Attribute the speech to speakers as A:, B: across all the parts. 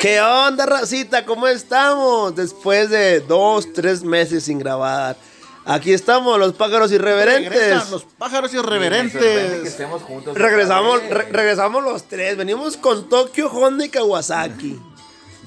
A: ¿Qué onda, racita? ¿Cómo estamos? Después de dos, tres meses sin grabar. Aquí estamos, los pájaros irreverentes.
B: Regresan los pájaros
C: Sorprende que
B: irreverentes.
C: estemos juntos.
A: Regresamos,
C: Eh,
A: re- regresamos los tres. Venimos con Tokio, Honda y Kawasaki.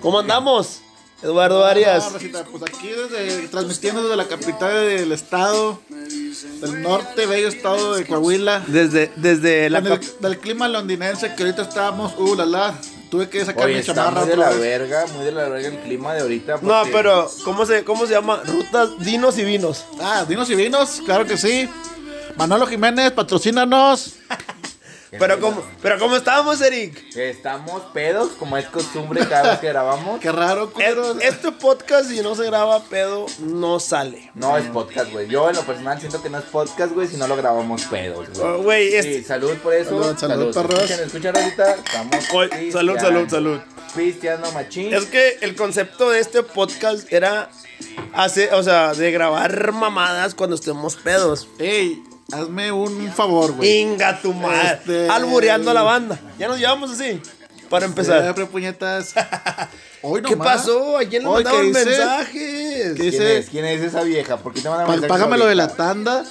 A: ¿Cómo andamos? Eduardo
B: Ah,
A: Arias.
B: Rosita, pues aquí desde, transmitiendo desde la capital del estado, del norte, bello estado de Coahuila.
A: Desde, desde la
B: Con el-
A: cap-
B: del clima londinense que ahorita estábamos, uh, la la, tuve que sacar
C: Oye,
B: mi
C: está
B: chamarra
C: muy de la
B: otra vez.
C: verga, muy de la verga el clima de ahorita.
A: No,
C: porque-
A: pero ¿cómo se, ¿cómo se llama? Rutas, dinos y vinos.
B: Ah, dinos y vinos, claro que sí. Manolo Jiménez, patrocínanos.
A: Pero ¿cómo, pero ¿cómo estamos, Eric?
C: Que estamos pedos, como es costumbre cada vez que grabamos.
B: Qué raro, culero.
A: Es- Este podcast, si no se graba pedo, no sale.
C: No es podcast, güey. Yo en lo personal siento que no es podcast, güey, si no lo grabamos pedos, güey.
A: Oh, Güey, este-
C: Sí, salud por eso.
B: Salud, salud, perros.
C: Escuchen, escuchen ahorita. Estamos
A: Oye, salud, salud,
C: pisteando.
A: salud.
C: Pisteando machín.
A: Es que el concepto de este podcast era hacer, o sea, de grabar mamadas cuando estemos pedos.
B: Ey, hazme un favor, güey.
A: Inga tu madre.
B: Este-
A: Albureando a la banda. Ya nos llevamos así. Para empezar.
B: Siempre, puñetas. Hoy
A: ¿Qué
B: nomás.
A: pasó? ¿A quién le
B: Hoy, ¿qué
A: mandaban
B: dice?
A: mensajes?
B: ¿Qué
C: ¿Quién
B: dice?
C: es? ¿Quién es esa vieja? ¿Por qué te mandan
B: Pá-
C: mensajes
B: Págame lo de la
C: ahorita?
B: tanda.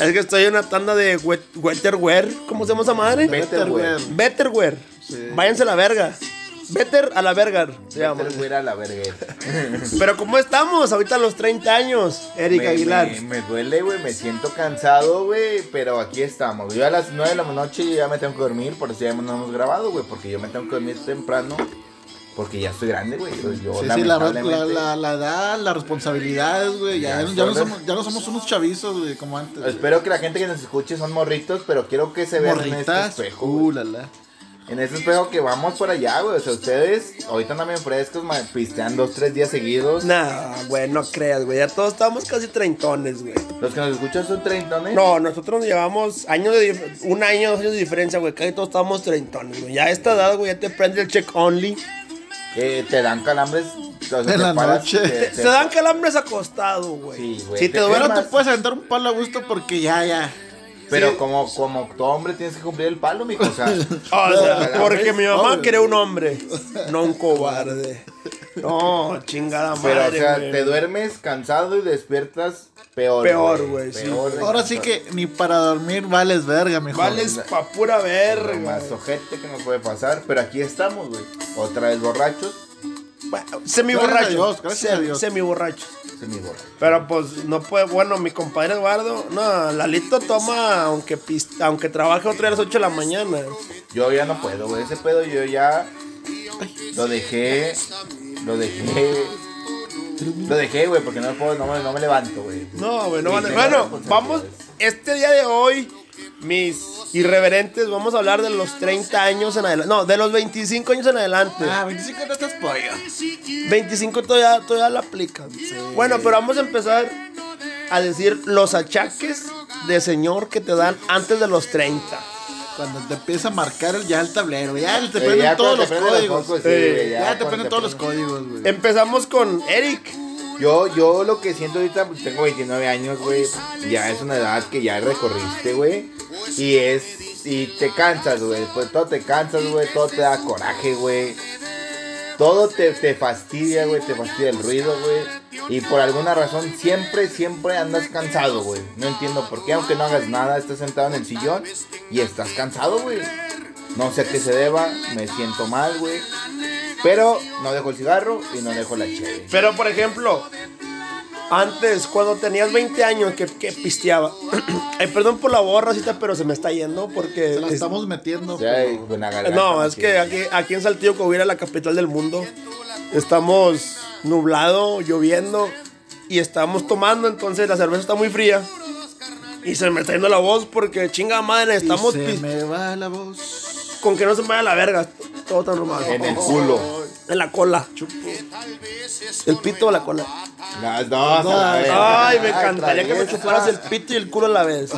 A: Es que estoy en una tanda de wet- Wetterware. ¿Cómo se llama esa madre?
C: Better, güey.
B: Betterware.
A: Betterware. Váyanse a la verga. Better a la verga se llama.
C: Better, güey, a la verga.
A: Pero ¿cómo estamos? Ahorita a los 30 años, Eric
C: Me-
A: Aguilar.
C: Me, me duele, güey, me siento cansado, güey, pero aquí estamos. Yo a las 9 de la noche yo ya me tengo que dormir, por eso ya no hemos grabado, güey, porque yo me tengo que dormir temprano, porque ya estoy grande, güey. Yo, yo,
B: Sí, sí, la, la,
C: lamentablemente-
B: la, la edad, las responsabilidades, güey. Ya,
C: Ya,
B: ya, no
C: solo-
B: somos, ya no somos unos chavizos, güey, como antes. güey.
C: Espero que la gente que nos escuche son morritos, pero quiero que se vean en
B: Morritas.
C: este espejo.
B: Uh,
C: güey.
B: la, la.
C: En este espejo que vamos por allá, güey. O sea, ustedes ahorita andan bien frescos, ma- pistean dos, tres días seguidos.
A: Nah, güey, no creas, güey. Ya todos estamos casi treintones, güey.
C: Los que nos escuchan son treintones.
A: No, nosotros nos llevamos años de dif- un año, dos años de diferencia, güey. Casi todos estamos treintones, güey. Ya a esta edad, güey, ya te prende el check only.
C: Que te dan calambres. o sea,
B: En
C: te
B: la
C: paras,
B: noche.
C: te-
A: Te,
C: te-
A: te dan calambres acostado, güey.
C: Sí, güey.
A: Si te
C: Te-
A: duele,
B: Pero
C: más-
B: te puedes aventar un palo a gusto porque ya, ya.
C: Pero
A: Sí.
C: como, como todo hombre tienes que cumplir el palo, mijo. O sea,
A: O sea,
C: calambres,
A: porque mi mamá
C: no,
A: quería un hombre, no un cobarde. No, chingada madre.
C: Pero, o sea,
A: güey.
C: te duermes cansado y despiertas peor.
A: Peor, güey, sí.
C: Peor de
B: Ahora sí
C: cansado.
B: que ni para dormir vales verga, mijo. Ah,
A: Vales pa' pura
C: Lo
A: verga.
C: más ojete que nos puede pasar. Pero aquí estamos, güey. Otra vez borrachos.
A: Semi
B: Gracias a Dios,
A: borracho.
B: gracias a Dios.
A: Semi borracho.
C: Semi borracho.
A: Pero pues no puede, bueno, mi compadre Eduardo, no, Lalito toma aunque pis- aunque trabaje otra vez a las 8 de la mañana.
C: Yo ya no puedo, güey. Ese pedo yo ya lo dejé. Lo dejé. Lo dejé, güey, porque no, puedo, no, me, no me levanto, güey.
A: No, güey, no
C: Sí,
A: vale.
C: tengo
A: Bueno,
C: responsabilidades.
A: vamos, este día de hoy, mis irreverentes, vamos a hablar de los 30 años en adelante. No, de los 25 años en adelante.
B: Ah, 25 no estás pollo.
A: 25 todavía, todavía la aplican. Bueno, pero vamos a empezar a decir los achaques de señor que te dan antes de los 30.
B: Cuando te empieza a marcar el, ya el tablero, ya te
C: Eh,
B: prenden
C: ya
B: todos
C: cuando
B: los
C: te prenden los
B: códigos.
C: focos, sí,
A: Eh,
C: güey,
B: ya, te
C: cuando
B: prenden todos los
C: prenden- Eh,
B: códigos, güey.
A: Empezamos con Eric.
C: Yo, yo lo que siento ahorita, pues, tengo 29 años, güey. Ya es una edad que ya recorriste, güey. Y es. Y te cansas, güey. Pues todo te cansas, güey. Todo te da coraje, güey. Todo te, te fastidia, güey. Te fastidia el ruido, güey. Y por alguna razón siempre, siempre andas cansado, güey. No entiendo por qué, aunque no hagas nada, estás sentado en el sillón y estás cansado, güey. No sé a qué se deba, me siento mal, güey. Pero no dejo el cigarro y no dejo la chévere.
A: Pero por ejemplo, antes, cuando tenías 20 años, que, que pisteaba. Ay, perdón por la borracita, pero se me está yendo porque.
B: Te la
A: es-
B: estamos metiendo.
C: O sea,
B: pero-
C: con la garganta,
A: no, es
C: sí.
A: que aquí, aquí en Saltillo, como era la capital del mundo, estamos nublado, lloviendo y estamos tomando, entonces la cerveza está muy fría. Y se me está yendo la voz porque chinga madre,
B: Y
A: estamos
B: se
A: pis-
B: me va la voz.
A: con que no se me vaya la verga, todo tan normal.
C: En el culo.
A: En la cola. El pito o la cola.
C: Las dos.
B: No,
C: a la vez.
A: Ay, me encantaría que me
C: traviesa.
A: chuparas el pito y el culo a la vez.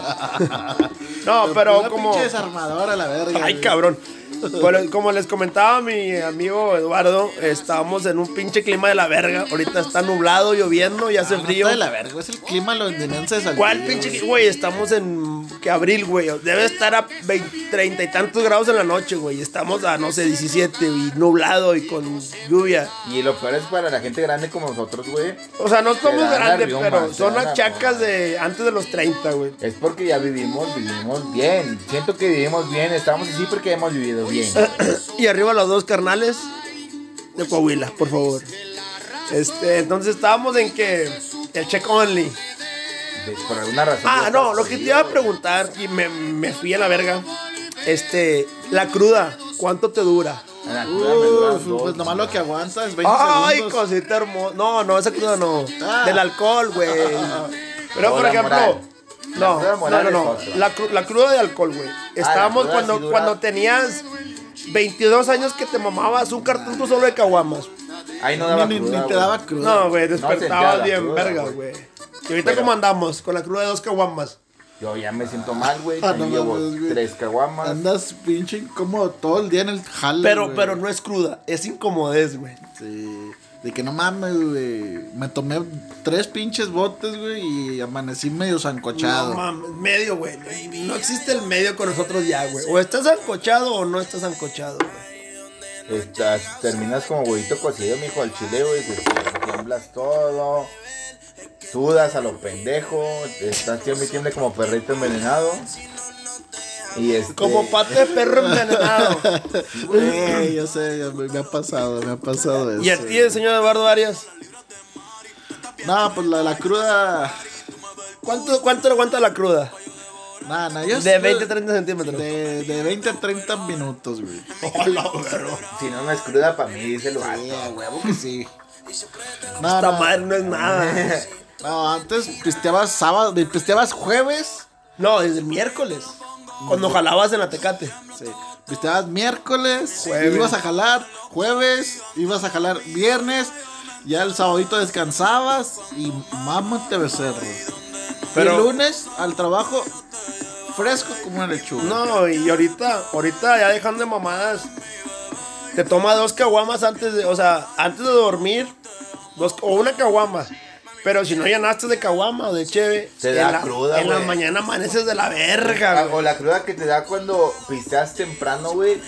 A: No, pero
B: Una
A: como.
B: pinche desarmadora, la verga.
A: Ay,
B: güey.
A: cabrón. Bueno, como les comentaba mi amigo Eduardo, estábamos en un pinche clima de la verga. Ahorita está nublado, lloviendo y hace
B: Ah, no
A: frío.
B: está de la verga, es el clima londinense de Saltillo,
A: ¿Cuál pinche
B: güey.
A: cli- Güey, estamos en que abril, güey. Debe estar a treinta y tantos grados en la noche, güey. Estamos a, no sé, 17, y nublado y con lluvia.
C: Y lo peor es para la gente grande como nosotros, güey.
A: O sea, no somos
C: dan la
A: grandes,
C: riuma,
A: pero
C: te
A: son
C: dan la
A: achacas
C: riuma.
A: de antes de los 30, güey.
C: Es porque ya vivimos, vivimos bien. Siento que vivimos bien, estamos así porque hemos vivido bien.
A: y arriba los dos carnales de Coahuila, por favor. Este, entonces estábamos en que el check only.
C: De- Por alguna razón.
A: Ah,
C: ya
A: no,
C: está
A: lo que te
C: así,
A: iba a
C: güey.
A: preguntar y me, me fui a la verga. Este, la cruda, ¿cuánto te dura?
C: En la cruda me duran
B: Uf,
C: dos,
B: pues nomás lo que aguantas, 20
A: Ay,
B: segundos.
A: cosita hermosa. No, no, esa cruda no.
B: Ah.
A: Del alcohol, güey. Pero
C: O
A: por
C: la
A: ejemplo,
C: moral. La
A: no,
C: cruda
A: no,
C: moral
A: no, no.
C: es otra. Ah,
A: La, cru- la cruda de alcohol, güey. Estábamos
C: cruda
A: cuando,
C: sí dura-
A: cuando tenías 22 años que te mamabas un cartón tú solo de caguamas.
C: Ahí no daba
B: Ni- ni-
C: cruda,
B: ni te
C: güey.
B: daba cruda.
A: No, güey,
C: No sentía
A: despertabas
C: la
A: bien,
C: cruda,
A: verga,
C: güey.
A: güey. Y ahorita
C: Pero-
A: cómo andamos con la cruda de dos caguamas.
C: Yo ya me siento mal, güey.
B: Ah,
C: Ahí
B: no
C: llevo
B: mames, güey.
C: tres
A: Ah,
C: caguamas.
B: Andas pinche incómodo todo el día en el jale.
A: Pero,
B: güey.
A: pero no es cruda, es incomodez, güey.
B: Sí. De que no mames, güey. Me tomé tres pinches botes, güey, y amanecí medio
A: No
B: zancochado.
A: mames, medio, güey. No existe el medio con nosotros ya, güey. O estás ancochado o no estás ancochado, güey.
C: Estás, terminas como huevito cocido, mijo, al chile, güey. Te tiemblas todo. Sudas a los pendejos. Estás tiemble y tiemble como perrito envenenado. Y este...
A: Como pata de perro envenenado.
B: Güey, yo sé, ya me, me ha pasado, me ha pasado eso.
A: ¿Y a ti, el señor Eduardo Arias?
B: No, pues la, la cruda.
A: ¿Cuánto, cuánto le aguanta la cruda?
B: Nada, nada, yo
A: De 20 a 30 centímetros.
B: De, de 20 a 30 minutos, güey.
A: Hola, perro.
C: Si no, no es cruda para mí, dice el vato.
B: Sí, a huevo que sí. No,
A: Esta
B: no,
A: madre no es nada.
B: no, antes pisteabas sábado, de- pisteabas jueves,
A: No, desde el miércoles. Cuando jalabas en la tecate.
B: sí, pisteabas miércoles,
A: Jueves.
B: ibas a jalar jueves, ibas a jalar viernes, ya el sabadito descansabas y mámate becerro.
A: Pero-
B: Pero el lunes al trabajo fresco como una lechuga.
A: No, y ahorita, ahorita ya dejando de mamadas. Te toma dos caguamas antes de, o sea, antes de dormir, dos, o una caguama. Pero si no llenaste de caguama o de cheve,
C: Te
A: en
C: da
A: la,
C: cruda,
A: En la
C: güey.
A: mañana amaneces de la verga,
C: Ah,
A: güey.
C: O la cruda que te da cuando pisteas temprano, güey.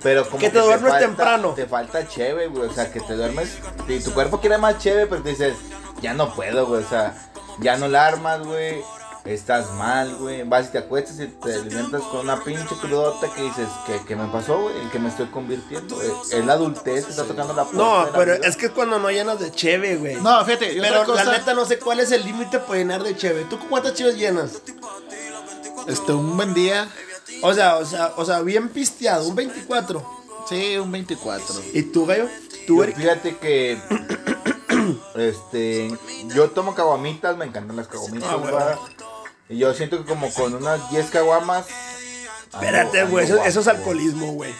C: Pero como
A: Que te duermes
C: falta-
A: temprano.
C: Te falta cheve, güey. O sea, que te duermes. Y tu cuerpo quiere más cheve, pero te dices, ya no puedo, güey. O sea, ya no la armas, güey. Estás mal, güey. Vas y te acuestas y te alimentas con una pinche crudota que dices, ¿qué, qué me pasó, güey? ¿En qué me estoy convirtiendo? eh, Es es la adultez que está tocando la puerta.
A: No,
C: de la
A: pero
C: vida.
A: es que es cuando no llenas de cheve, güey.
B: No, fíjate, y
A: pero
B: otra cosa,
A: la neta no sé cuál es el límite para llenar de cheve. ¿Tú cuántas cheves llenas?
B: este, un buen día,
A: O sea, o sea, o sea, bien pisteado, un 24.
B: sí, un 24.
A: ¿Y tú, gallo? ¿Tú,
C: Yo,
A: Eric?
C: fíjate que. este. Yo tomo caguamitas, me encantan las caguamitas,
A: Ah, güey.
C: ¿verdad? Y yo siento que como con unas 10 caguamas. ando-
A: Espérate,
C: ando
A: güey, eso,
C: guapo,
A: eso es
C: güey.
A: alcoholismo, güey.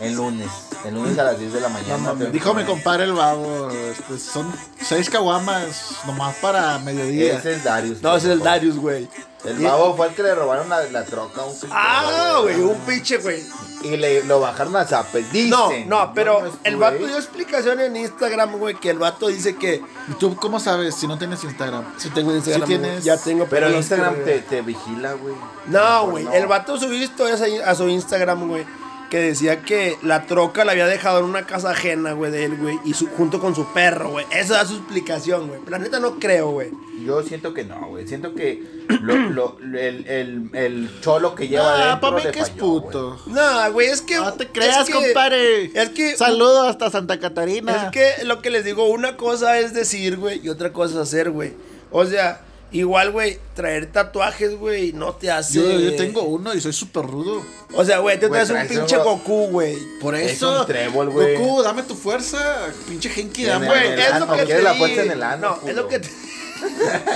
C: El lunes. El lunes a las 10 de la mañana.
B: Me
C: te-
B: Dijo mi compadre el babo, este, son seis caguamas nomás para mediodía.
C: Ese es Darius.
A: No, ese es el
C: güey.
A: Darius, güey.
C: El babo fue el que le robaron la, la troca a un pinche
A: Ah,
C: babo,
A: güey, un pinche, güey.
C: Y le, lo bajaron a Zapes. Dicen.
A: No,
C: Yo
A: no, pero
C: estuve
A: el vato
C: ahí.
A: dio explicación en Instagram, güey, que el vato dice que
B: ¿Y tú cómo sabes si no tienes Instagram?
A: si tengo
B: Instagram,
A: Sí
B: güey.
A: tienes. Ya tengo,
C: Pero
A: no
C: Instagram
A: sé,
C: te,
A: güey.
C: te vigila, güey.
A: No, güey,
C: No.
A: el vato subió historias ahí a su Instagram, güey, que decía que la troca la había dejado en una casa ajena, güey, de él, güey, y su- junto con su perro, güey. Esa da su explicación, güey. Pero la neta no creo, güey.
C: Yo siento que no, güey. Siento que lo, lo- el, el- el cholo que lleva
B: Ah,
C: adentro
B: para mí
C: le
B: que es
C: falló,
B: puto.
A: No, güey, es que
B: No te creas,
A: es que-
B: compadre.
A: Es que
B: Saludos hasta Santa Catarina.
A: Es que lo que les digo, una cosa es decir, güey, y otra cosa es hacer, güey. O sea, igual, güey, traer tatuajes, güey, no te hace.
B: yo, yo tengo uno y soy súper rudo.
A: O sea, güey, tú
C: Güey,
A: traes un
C: traes
A: pinche
C: uno-
A: Goku, güey.
B: Por
C: Es
B: eso.
C: un trébol, güey.
B: Goku, dame tu fuerza. Pinche Genki, dame.
A: Güey,
C: el
A: es
C: ano,
A: lo que te
C: quieres la
A: di-
C: fuerza en el ano,
A: No,
C: culo.
A: es lo que te-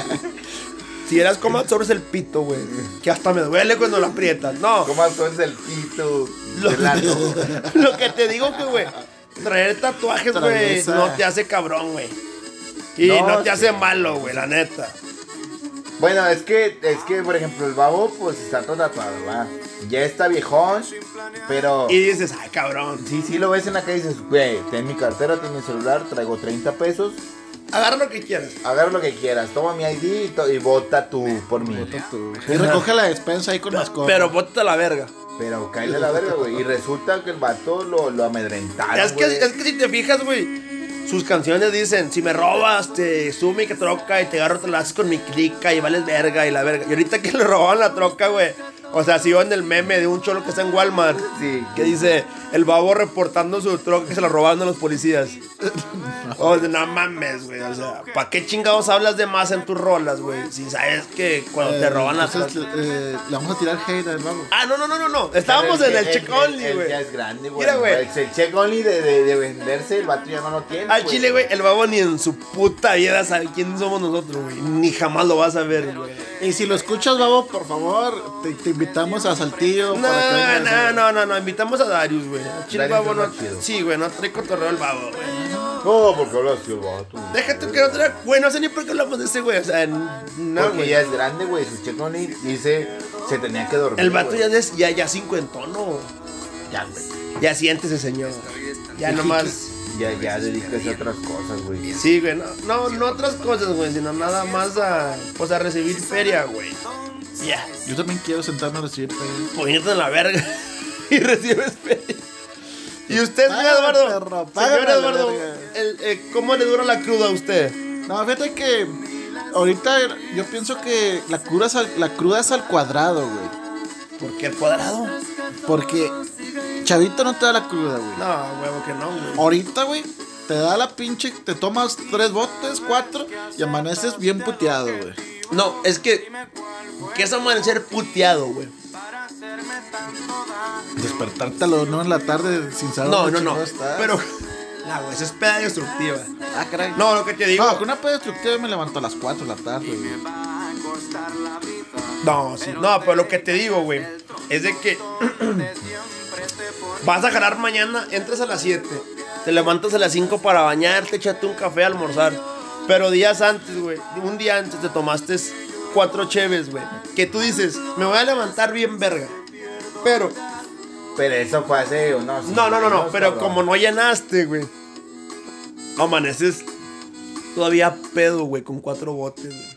A: Si eras como absorbes el pito, güey. Que hasta me duele cuando lo aprietas. No.
C: ¿Cómo actúas el pito?
A: Lo,
C: del ano?
A: lo que te digo que, güey, traer tatuajes, güey,
B: Traviesa.
A: no te hace cabrón, güey. Y no,
C: No,
A: te
C: sí.
A: hace malo, güey, la neta.
C: Bueno, es que, es que, por ejemplo, el babo, pues está todo tatuado, ¿va? Ya está viejón, pero.
A: Y dices, ay, cabrón.
C: Sí, sí, lo ves en la calle y dices, güey, ten mi cartera, ten mi celular, traigo 30 pesos.
A: Agarra lo que quieras.
C: Agarra lo que quieras, toma mi ID y, to- y vota tú por mí.
B: Y recoge la despensa ahí con las cosas.
A: Pero bótate a la verga.
C: Pero cae de la verga, güey. Y resulta que el vato lo, lo
B: Ah,
C: amedrentaron.
A: es, que,
C: güey.
A: es que si te fijas, güey, sus canciones dicen: si me robas, te subo mi troca y te agarro, te la haces con mi clica y vales verga y la verga. Y ahorita que le robaban la troca, güey. O sea, si en el meme de un cholo que está en Walmart.
C: Sí.
A: Que dice: el babo reportando su troca que se la robaron a los policías. O sea, no mames, güey. O sea, ¿para qué chingados hablas de más en tus rolas, güey? Si sabes que cuando
B: Eh,
A: te roban las
B: entonces,
A: trocas.
B: eh, le vamos a tirar hate al vago.
A: Ah, no, no, no, no, no. Estábamos en el check only,
C: El,
A: güey.
C: ya es grande, güey. Pues,
A: Mira, güey.
C: El, el check only de, de, de venderse, el vato ya no lo tiene. pues.
A: Al chile, güey, el babo ni en su puta vida sabe quién somos nosotros, güey. Ni jamás lo vas a ver, güey.
B: Y si lo escuchas, Babo, por favor, te, te invitamos a Saltillo.
A: No,
B: para que vengas,
A: no,
B: eh.
A: no, no, no. Invitamos a Darius, güey. Al chile, el
C: Darius
A: babo
C: es
A: no.
C: más chido.
A: Sí, güey, no trae cotorreo el babo, güey.
C: No, porque habla así el vato. güey.
A: Déjate que no trae. Güey, no sé ni por qué hablamos de ese, güey. O sea, n- no,
C: Porque
A: güey.
C: ya es grande, güey. Su check only dice, se tenía que dormir.
A: El vato
C: güey.
A: ya es ya, ya cincuentono, güey.
C: Ya, güey.
A: Ya siéntese, señor. Ya nomás.
C: Ya, ya dedíquese a otras cosas, güey.
A: Sí, güey, no, no, no otras cosas, güey, sino nada más a, pues a recibir feria, güey. Ya.
B: Yo también quiero sentarme a recibir hate.
A: puñetas en la verga y recibes feria. Y usted, señor
B: Págame,
A: Eduardo,
B: perro, págame
A: señor
B: la
A: Eduardo,
B: verga.
A: el- eh, ¿cómo le dura la cruda a usted?
B: No, fíjate que ahorita yo pienso que la, cura es al- la cruda es al cuadrado, güey.
A: Porque el cuadrado.
B: Porque Chavito no te da la cruda, güey.
A: No, huevo que no, güey.
B: Ahorita, güey, te da la pinche, te tomas tres botes, cuatro y amaneces bien puteado, güey.
A: No, es que. Que es amanecer puteado, güey.
B: Despertarte a las no en la tarde sin saber
A: No,
B: dónde
A: no, no.
B: chingado estás.
A: Pero. No, güey, esa es peda destructiva.
B: Ah, caray.
A: No, lo que te digo.
B: No, con una peda destructiva yo me levanto a las 4 de la tarde, güey.
A: No, sí. No, pero lo que te digo, güey, es de que vas a jalar mañana, entras a las 7, te levantas a las 5 para bañarte, echarte un café, almorzar. Pero días antes, güey, un día antes te tomaste cuatro cheves, güey. Que tú dices, me voy a levantar bien verga. Pero,
C: Pero eso fue hace unos.
A: no, no, no, no,
C: años,
A: pero
C: cabrón.
A: como no llenaste, güey. Amaneces todavía pedo, güey, con cuatro botes, güey.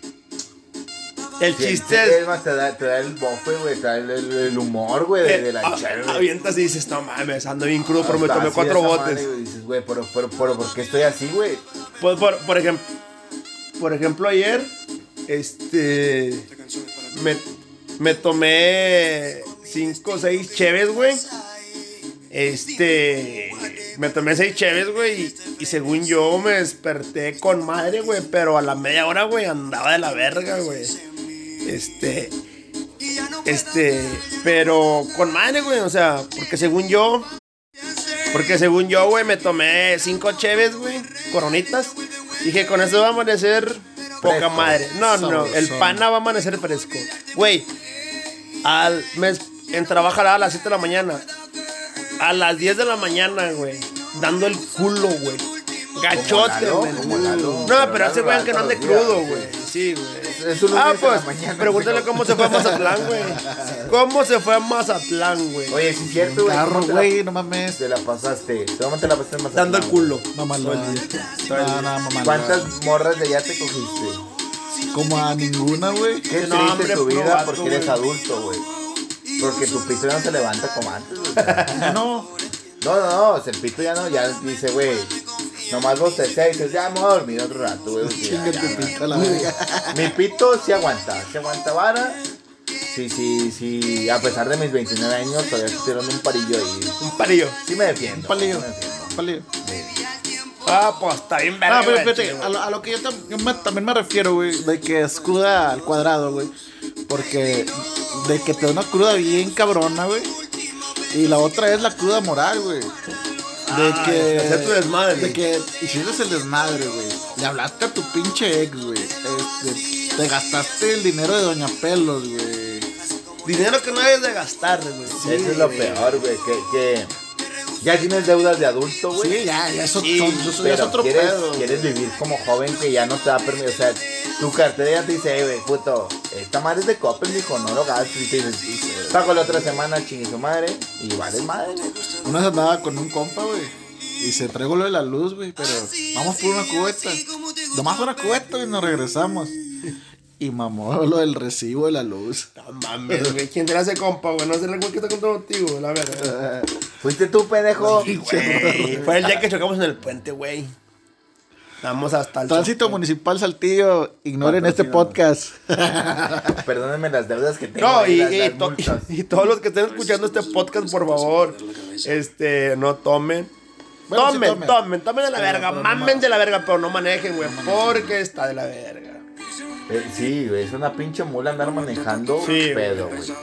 A: El
C: Sí,
A: chiste
C: sí,
A: es...
C: es más, te da, te da el bofe, güey, te da el, el- el humor, güey, de, de la
A: Ah,
C: chela. güey.
A: Avientas y dices, no mames, ando bien crudo, pero me
C: Hasta
A: tomé
C: así
A: cuatro
C: esa
A: botes.
C: madre, güey, dices, güey, pero, pero, pero, ¿por qué estoy así, güey?
A: Por, Pues, por, por ejemplo, por ejemplo, ayer, este. Me, me tomé cinco o seis cheves, güey. Este. Me tomé seis cheves, güey. Y, y según yo me desperté con madre, güey. Pero a la media hora, güey, andaba de la verga, güey. Este. Este. Pero con madre, güey. O sea, porque según yo. Porque según yo, güey, me tomé cinco cheves, güey, coronitas. Dije, con eso va a amanecer poca
C: Fresco,
A: madre. No, no,
B: sabrosón.
A: el pana va a amanecer fresco. Güey, al mes entraba jalada a las 7 de la mañana. A las 10 de la mañana, güey, dando el culo, güey. Gachote,
C: Lalo,
A: güey.
C: como Lalo,
A: No,
C: pero
A: pero
C: Lalo
A: hace güey
C: lo
A: que no
C: hace
A: ande
C: todos los
A: crudo,
C: días,
A: güey. Sí, güey.
C: es un lunes
A: Ah,
C: en
A: pues,
C: la mañana,
A: pregúntale
C: pero-
A: cómo se fue a Mazatlán, güey. ¿Cómo se fue a Mazatlán, güey?
C: Oye, sí es cierto, güey.
B: Carro,
C: ¿cómo te la-
B: güey, no mames.
C: Te la pasaste. ¿Cómo te la pasaste más
A: Dando el culo.
B: Mamalón. No, no, mamalón.
C: ¿Cuántas morras de allá te cogiste?
B: Como a ninguna, güey.
C: Qué
A: No,
C: triste
A: hombre,
C: tu vida
A: novato,
C: porque
A: güey.
C: eres adulto, güey. Porque tu pito ya no se levanta como antes, güey.
B: No.
C: No, no, no, o sea, el pito ya no, ya dice, güey. Nomás vos te dices, ya me voy a dormir otro rato, güey. porque ya,
B: Chinga
C: ya,
B: tu
C: ya".
B: pito a la verga.
C: Mi pito sí aguanta, sí aguanta vara. Sí, sí, sí. A pesar de mis 29 años, todavía estoy tirando un parillo ahí.
A: Un parillo.
C: Sí me defiendo.
B: Un palillo.
C: sí me defiendo.
B: Un palillo.
A: Ah, pues está bien verga.
B: Ah, pero
A: güey,
B: fíjate,
A: chido.
B: a lo, a lo que yo, tam- yo me- también me refiero, güey, de que es cruda al cuadrado, güey. Porque de que te da una cruda bien cabrona, güey. Y la otra es la cruda moral, güey. De
A: Ah,
B: que.
A: hacer tu desmadre.
B: De que hiciste el desmadre, güey. Le hablaste a tu pinche ex, güey. Este, te gastaste el dinero de Doña Pelos, güey.
A: Dinero que no debes de gastar, güey.
C: Eso es lo
B: güey.
C: peor, güey. Que, que ya tienes deudas de adulto, güey.
B: Sí, ya, ya, eso,
A: Sí,
B: son- eso ya es
C: Pero
B: otro
C: quieres,
B: pedo. güey.
C: quieres vivir como joven que ya no te da permiso. O sea, tu cartera ya te dice, "Ey, güey, puto, esta madre es de Coppel, dijo, no lo gastes. Y te dices, pago la otra semana, chingue su madre. Y vale madre.
B: Una vez andaba con un compa, güey. Y se traigo lo de la luz, güey, pero vamos por una cubeta. Nomás una cubeta y nos regresamos. Y mamó lo del recibo de la luz.
A: No mames, güey. ¿Quién te la hace compa, güey? No se recuerda que está contra contigo, la verdad.
B: Eh,
C: Fuiste tú, pendejo.
A: Güey, Fue el día que chocamos en el puente, güey. Vamos hasta el.
B: Tránsito Municipal Saltillo, ignoren este podcast.
C: Perdónenme las deudas que tengo.
A: No,
C: ahí,
A: y,
C: las-
A: y
C: las
A: to-
C: multas.
A: y todos los que estén escuchando este podcast, por favor, este, no tomen.
B: Bueno, sí
A: tomen,
B: tomen.
A: tomen, tomen de la verga,
B: pero no
A: mamen de la verga, pero no manejen, güey, porque está de la verga.
C: Eh, Sí, güey, es una pinche mula andar manejando
A: Sí, güey.
C: pedo, güey.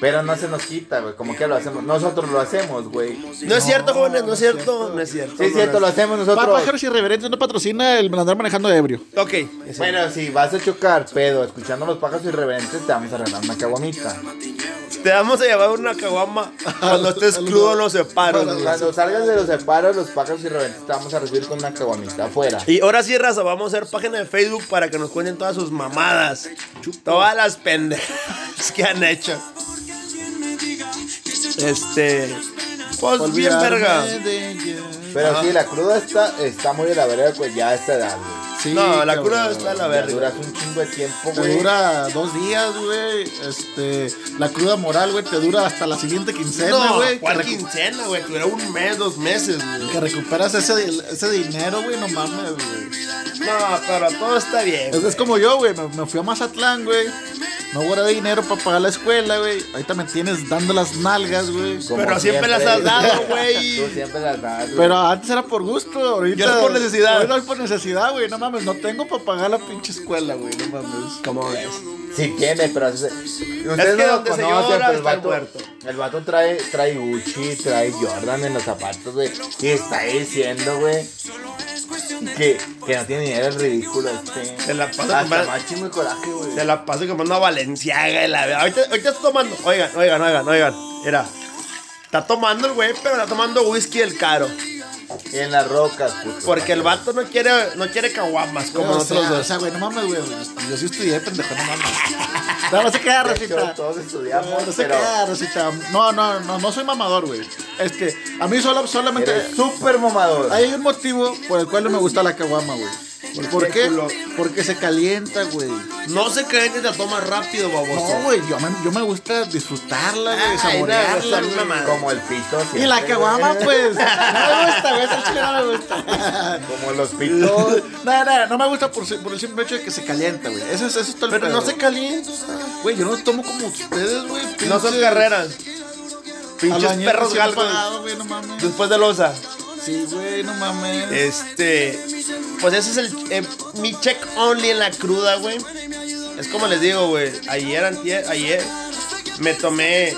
C: Pero no se nos quita, güey, como que lo hacemos. Nosotros lo hacemos, güey. Sí,
A: No es cierto, jóvenes, no es cierto, no es cierto.
C: es
A: no,
C: cierto,
A: no
C: lo
A: es-
C: hacemos
B: Pa
C: nosotros.
B: Pájaros Irreverentes no patrocina el andar manejando ebrio.
A: Ok, es cierto.
C: Bueno, si vas a chocar pedo escuchando los pájaros irreverentes, te vamos a regalar una caguamita.
A: te vamos a llevar una caguama cuando estés crudo no se paros, güey.
C: Cuando salgas de los separos, los pájaros irreverentes te vamos a recibir con una caguamita afuera.
A: Y ahora sí, raza, vamos a hacer página de Facebook para que nos cuenten todas sus mamadas. Todas las pendejas que han hecho. Este. Pues bien,
B: Olvidarme
A: verga.
B: de ella.
C: Pero sí, la cruda está, está muy de la verga, pues ya a esta edad, güey.
B: Sí,
A: No, la
B: cabrón.
A: cura está a la
C: Ya
A: verga.
C: Duras un chingo de tiempo,
B: Te
C: güey.
B: dura dos días, güey. Este, la cruda moral, güey, te dura hasta la siguiente quincena,
A: No,
B: güey. que,
A: ¿cuál
B: recu-
A: quincena, güey? Dura un mes, dos meses, güey.
B: que recuperas ese, di- ese dinero, güey, no mames, güey.
A: No, pero todo está bien.
B: Es, es como yo, güey, me, me fui a Mazatlán, güey. No guardé dinero para pagar la escuela, güey. Ahorita me tienes dando las nalgas, güey.
C: Como
A: Pero siempre las has dado, güey.
C: Tú siempre las das, güey.
B: Pero antes era por gusto, ahorita.
A: Yo es por necesidad.
B: Ahorita es por necesidad, güey. No mames, no tengo para pagar la pinche escuela, güey. No mames.
A: ¿Cómo ves?
C: Sí tiene, pero hace-
A: que
C: ustedes no lo
A: donde se llora
C: conocen, pero el
A: está el
C: vato,
A: muerto.
C: el vato trae, trae Gucci, trae Jordan en los zapatos, güey. Y está diciendo, güey, que, que no tiene dinero, es ridículo este.
A: Se la pasa
C: Hasta
A: con-
C: más chingo y coraje, güey.
A: Se la paso como una valenciaga y la verdad. Ahorita, ahorita está tomando. Oigan, oigan, oigan, oigan. Mira. Está tomando el güey, pero está tomando whisky el caro.
C: Y en las rocas, puto.
A: Porque el vato no quiere, no quiere caguamas como
B: o
A: nosotros
B: sea, o
A: dos.
B: sea, güey, no mames, güey. Yo sí estudié, pendejo, no mames. No, no se queda,
C: De hecho,
B: Rosita.
C: todos estudiamos,
B: No se
C: pero
B: queda, Rosita. No, no, no, no soy mamador, güey. Es que a mí solo, solamente
C: eres súper mamador.
B: hay un motivo por el cual no me gusta la caguama, güey. ¿Por qué?
A: culo.
B: Porque se calienta, güey.
A: No se creen que te tomas rápido, baboso.
B: No, güey, yo me, yo me gusta disfrutarla, güey,
A: Ay, no,
B: saborearla,
A: esa
B: güey.
A: mamá.
C: Como el pito.
B: Y la
C: siempre,
B: caguama,
C: güey.
B: pues. No me gusta, güey. Esa chile no me gusta.
C: Como los pitos.
B: No, no, no me gusta por, si- por el simple hecho de que se calienta, güey. Eso, es- eso es todo el
A: Pero
B: pedo.
A: no se calienta.
B: Güey, yo no tomo como ustedes, güey.
A: No son
B: pinches
A: carreras. Pinches
B: albañiles
A: perros
B: sin
A: galgos.
B: pagado, güey, no mames. Eh,
A: Después de losa.
B: Sí, güey, no mames.
A: Este. Pues ese es el, eh, mi check only en la cruda, güey. Es como les digo, güey. Ayer, antier- ayer, me tomé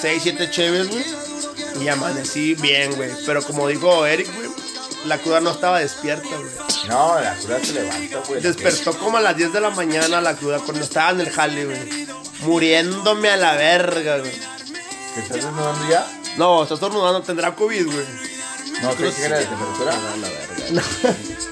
A: 6, 7 cheves, güey. Y amanecí bien, güey. Pero como dijo Eric, güey, la cruda no estaba despierta, güey.
C: No, la cura se levanta, pues. güey.
A: Despertó como a las 10 de la mañana la cruda cuando estaba en el jale, güey. Muriéndome a la verga, güey.
C: ¿Que estás desnudando ya?
A: No, estás tornudando, tendrá COVID, güey.
C: No, creo que Ah, era de temperatura.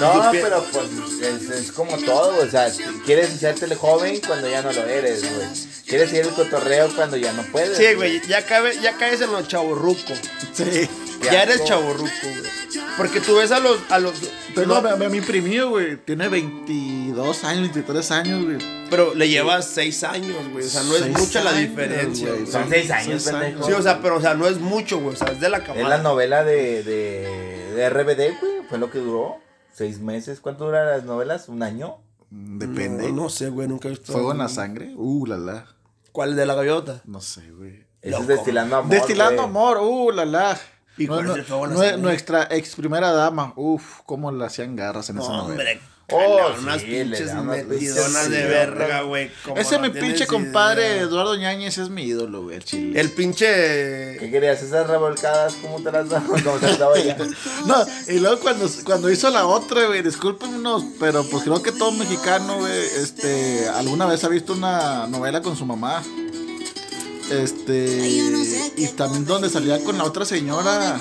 C: No,
A: Tu pie-
C: pero pues es, es como todo, o sea, quieres hacerte el joven cuando ya no lo eres, güey. Quieres ir al cotorreo cuando ya no puedes.
A: Sí, güey, ya, cabe, ya caes en los chavorruco.
B: Sí.
C: Qué
A: Ya eres
C: asco.
A: chaborruco, güey. Porque tú ves a los. A los
B: Tengo
A: no,
B: a, mi- a mi primillo, güey. Tiene 22 años, 23 años, güey.
A: pero le llevas seis años, güey. O sea, no es
B: Seis
A: mucha la
B: años,
A: diferencia.
B: güey.
A: güey.
C: Son seis años, pendejo.
A: Sí, o sea, pero o sea, no es mucho, güey. O sea, es de la
C: Es la
A: camada.
C: novela de, de, de RBD, güey. Fue lo que duró. Seis meses. ¿Cuánto duran las novelas? ¿Un año?
B: Mm, Depende.
A: No, no sé, güey, nunca he visto.
B: Fuego en la sangre. Uh, la la.
A: ¿Cuál de la gaviota?
B: No sé, güey.
C: Eso es
A: Loco.
C: destilando amor.
B: Destilando
C: güey.
B: amor, uh, la la.
A: ¿Y
B: No,
A: cuál es el
B: no,
A: fuego en la
B: no,
A: sangre?
B: nuestra ex primera dama, uf, cómo la hacían garras en
A: No,
B: esa novela.
A: hombre.
C: Oh,
A: cala, unas
C: sí, le
A: pinches
C: da unas
A: metidonas de
C: pinches
A: verga,
C: sidronas.
A: güey. como
B: Ese
A: no
B: mi
A: tienes
B: pinche
A: idea.
B: compadre Eduardo Ñañez es mi ídolo, güey, al chile.
A: El pinche.
C: ¿Qué querías? ¿Esas revolcadas? ¿Cómo te las daba? ¿Cómo te las daba ella?
B: No, y luego cuando, cuando hizo la otra, güey, discúlpenos, pero pues creo que todo mexicano, güey, este, alguna vez ha visto una novela con su mamá. Este, y también donde salía con la otra señora,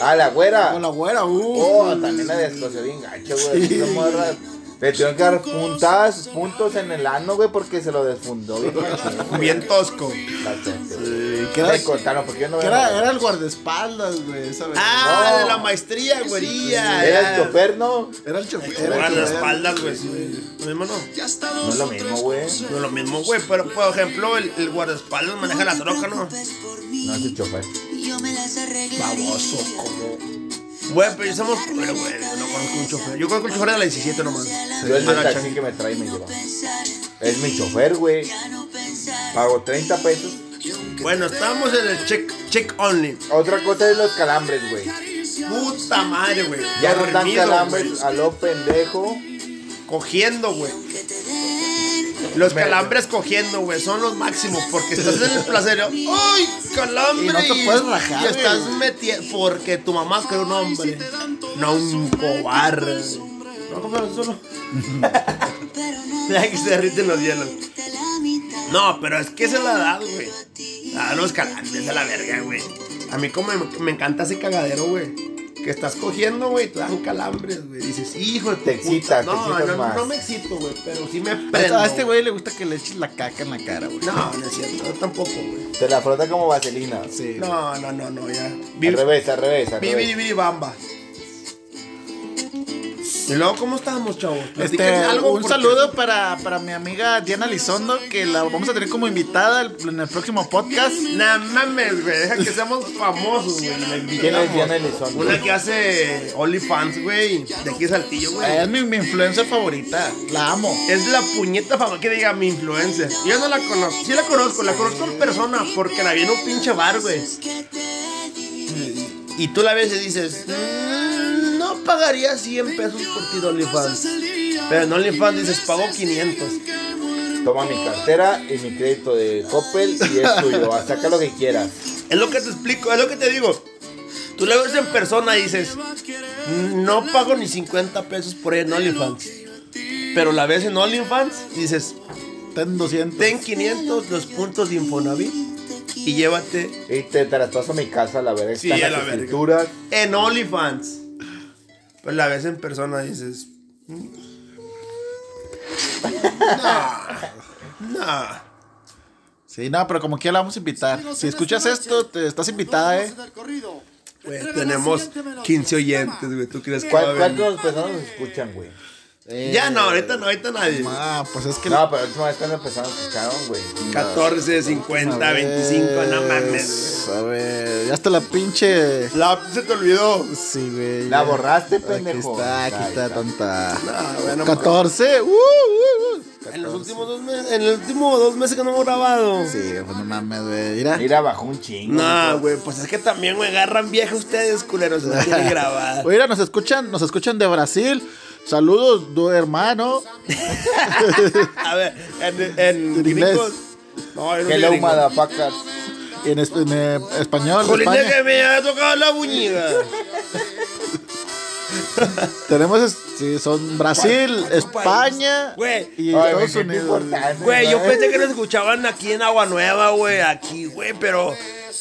C: Ah, la güera.
B: con la güera, uh.
C: Oh, también la descoció bien gacho, güey.
B: Sí.
C: Esa morra Le tuvieron que dar puntas, puntos en el ano, güey, porque se lo desfundó. Bien,
A: Bien tosco.
C: Bastante.
B: que era-
C: Me cortaron, porque yo no
B: Que
C: veo
B: era,
C: nada.
B: era el guardaespaldas, güey, esa vez.
A: Ah,
C: No.
A: de la maestría, güerilla.
C: Era el
A: chofer.
C: choperno.
B: Era el chofer.
A: Ahora
B: era el
A: la
B: chofer.
A: espalda, güey. sí. Lo mismo no.
C: No es lo mismo, güey.
A: No es lo mismo, güey. Pero, por ejemplo, el, el guardaespaldas maneja la troca, ¿no?
C: No es el chofer.
A: Baboso, como. Güey, pero yo somos culeros, güey. No conozco un chofer. Yo conozco el chofer de la 17 nomás.
C: Yo el
A: A
C: del
A: la
C: taxi
A: chan-
C: que me trae y me lleva. Es mi chofer, güey. Pago 30 pesos.
A: Bueno, estamos en el check, check only.
C: Otra cosa es los calambres, güey.
A: Puta madre, güey.
C: Ya no dan
A: Dormido,
C: calambres
A: güey.
C: a lo pendejo.
A: Cogiendo, güey. Los calambres cogiendo, güey, son los máximos porque estás en el placer. ¡Ay, calambre!
B: Y no te puedes rajar,
A: Y estás
B: güey.
A: metiendo. Porque tu mamá es que era un hombre. No un cobarde. No, compadre, solo. Ya que se derriten los hielos. No, pero es que esa es la edad, güey. Ah, A los calambres a la verga, güey. A mí como me, me encanta ese cagadero, güey. Que estás cogiendo, güey, te dan calambres, güey. Dices, hijo de tu
C: Te
A: puta".
C: excita, te
A: no,
C: excitas
A: no,
C: más.
A: no me excito, güey, pero sí me
B: A este-
A: prendo.
B: A este güey le gusta que le eches la caca en la cara, güey.
A: No, no es cierto, yo tampoco, güey.
C: Se la frota como vaselina.
B: Sí.
A: No, no, no, no, ya.
C: Al
A: Vivi,
C: revés, al revés, al
A: vivi,
C: revés.
A: vivi, bamba. Y luego, ¿cómo estábamos, chavos?
B: Este,
A: Platíquenme algo,
B: un
A: porque-
B: saludo para, para mi amiga Diana Lizondo, que la vamos a tener como invitada el- en el próximo podcast.
A: Nah, mames, güey, deja que seamos famosos, güey. la
C: ¿Quién
A: invitamos.
C: es Diana Elizondo?
A: Una que hace OnlyFans, güey, de aquí de Saltillo,
B: Ella
A: güey.
B: Es mi, mi influencer favorita, la amo.
A: Es la puñeta famosa que diga mi influencer. Yo no la conozco. Sí la conozco, la conozco en persona porque la vi en un pinche bar, güey. Y tú la ves y dices, "Mm, no pagaría 100 pesos por ti de OnlyFans. Pero en OnlyFans dices, pago 500.
C: Toma mi cartera y mi crédito de Coppel y es tuyo. Saca lo que quieras.
A: Es lo que te explico, es lo que te digo. Tú la ves en persona y dices, no pago ni 50 pesos por ella en OnlyFans. Pero la ves en OnlyFans y dices,
B: Ten 200.
A: ten 500 los puntos de Infonavit y llévate
C: Y te traspaso mi casa, la verdad.
A: Sí,
C: Están
A: a
C: las
A: la verga.
C: escrituras.
A: en OnlyFans. Pero la ves en persona y dices, "Mm". no, no.
B: Sí, no, pero como quiera la vamos a invitar. Si escuchas esto, te estás invitada, eh.
A: Güey, Pues tenemos 15 oyentes, güey. ¿Tú crees que va a
C: ¿Cuál-
A: venir?
C: ¿Cuántas personas nos escuchan, güey?
A: Ya no, ahorita no, ahorita nadie.
B: Ah, pues es que
C: No, pero la última vez cuando empezaron escucharon, güey.
A: 14, 50, 25, pues, no mames.
B: A ver, ya hasta la pinche.
A: La app se te olvidó.
B: Sí, güey.
C: La
B: ya.
C: borraste,
B: Aquí
C: pendejo.
B: está, aquí
C: Ahí
B: está,
C: está.
B: tonta.
A: No, bueno,
B: 14. Uh, uh, uh.
A: En los últimos dos meses, en los últimos dos meses que no hemos grabado.
B: Sí, pues no mames, güey. Mira.
C: Mira, bajó un chingo.
A: No, güey, pues es que también, güey, agarran vieja ustedes, culeros. No quieren grabar.
B: Oye, mira, nos escuchan, nos escuchan de Brasil. Saludos, du hermano.
A: A ver, en, en
B: En inglés.
A: gringos. No, yo no soy
C: Hello,
A: gringo.
C: motherfuckers.
B: En, es- en, eh, español, de
A: Jolín,
B: España.
A: que me ha tocado la buñiga.
B: Tenemos, es- sí, son Brasil, España
A: Güey.
B: y
C: Ay, me
B: Estados
C: siento
B: Unidos.
C: importante,
A: Güey, yo
C: ¿no?
A: pensé que nos escuchaban aquí en Agua Nueva, güey, aquí, güey, pero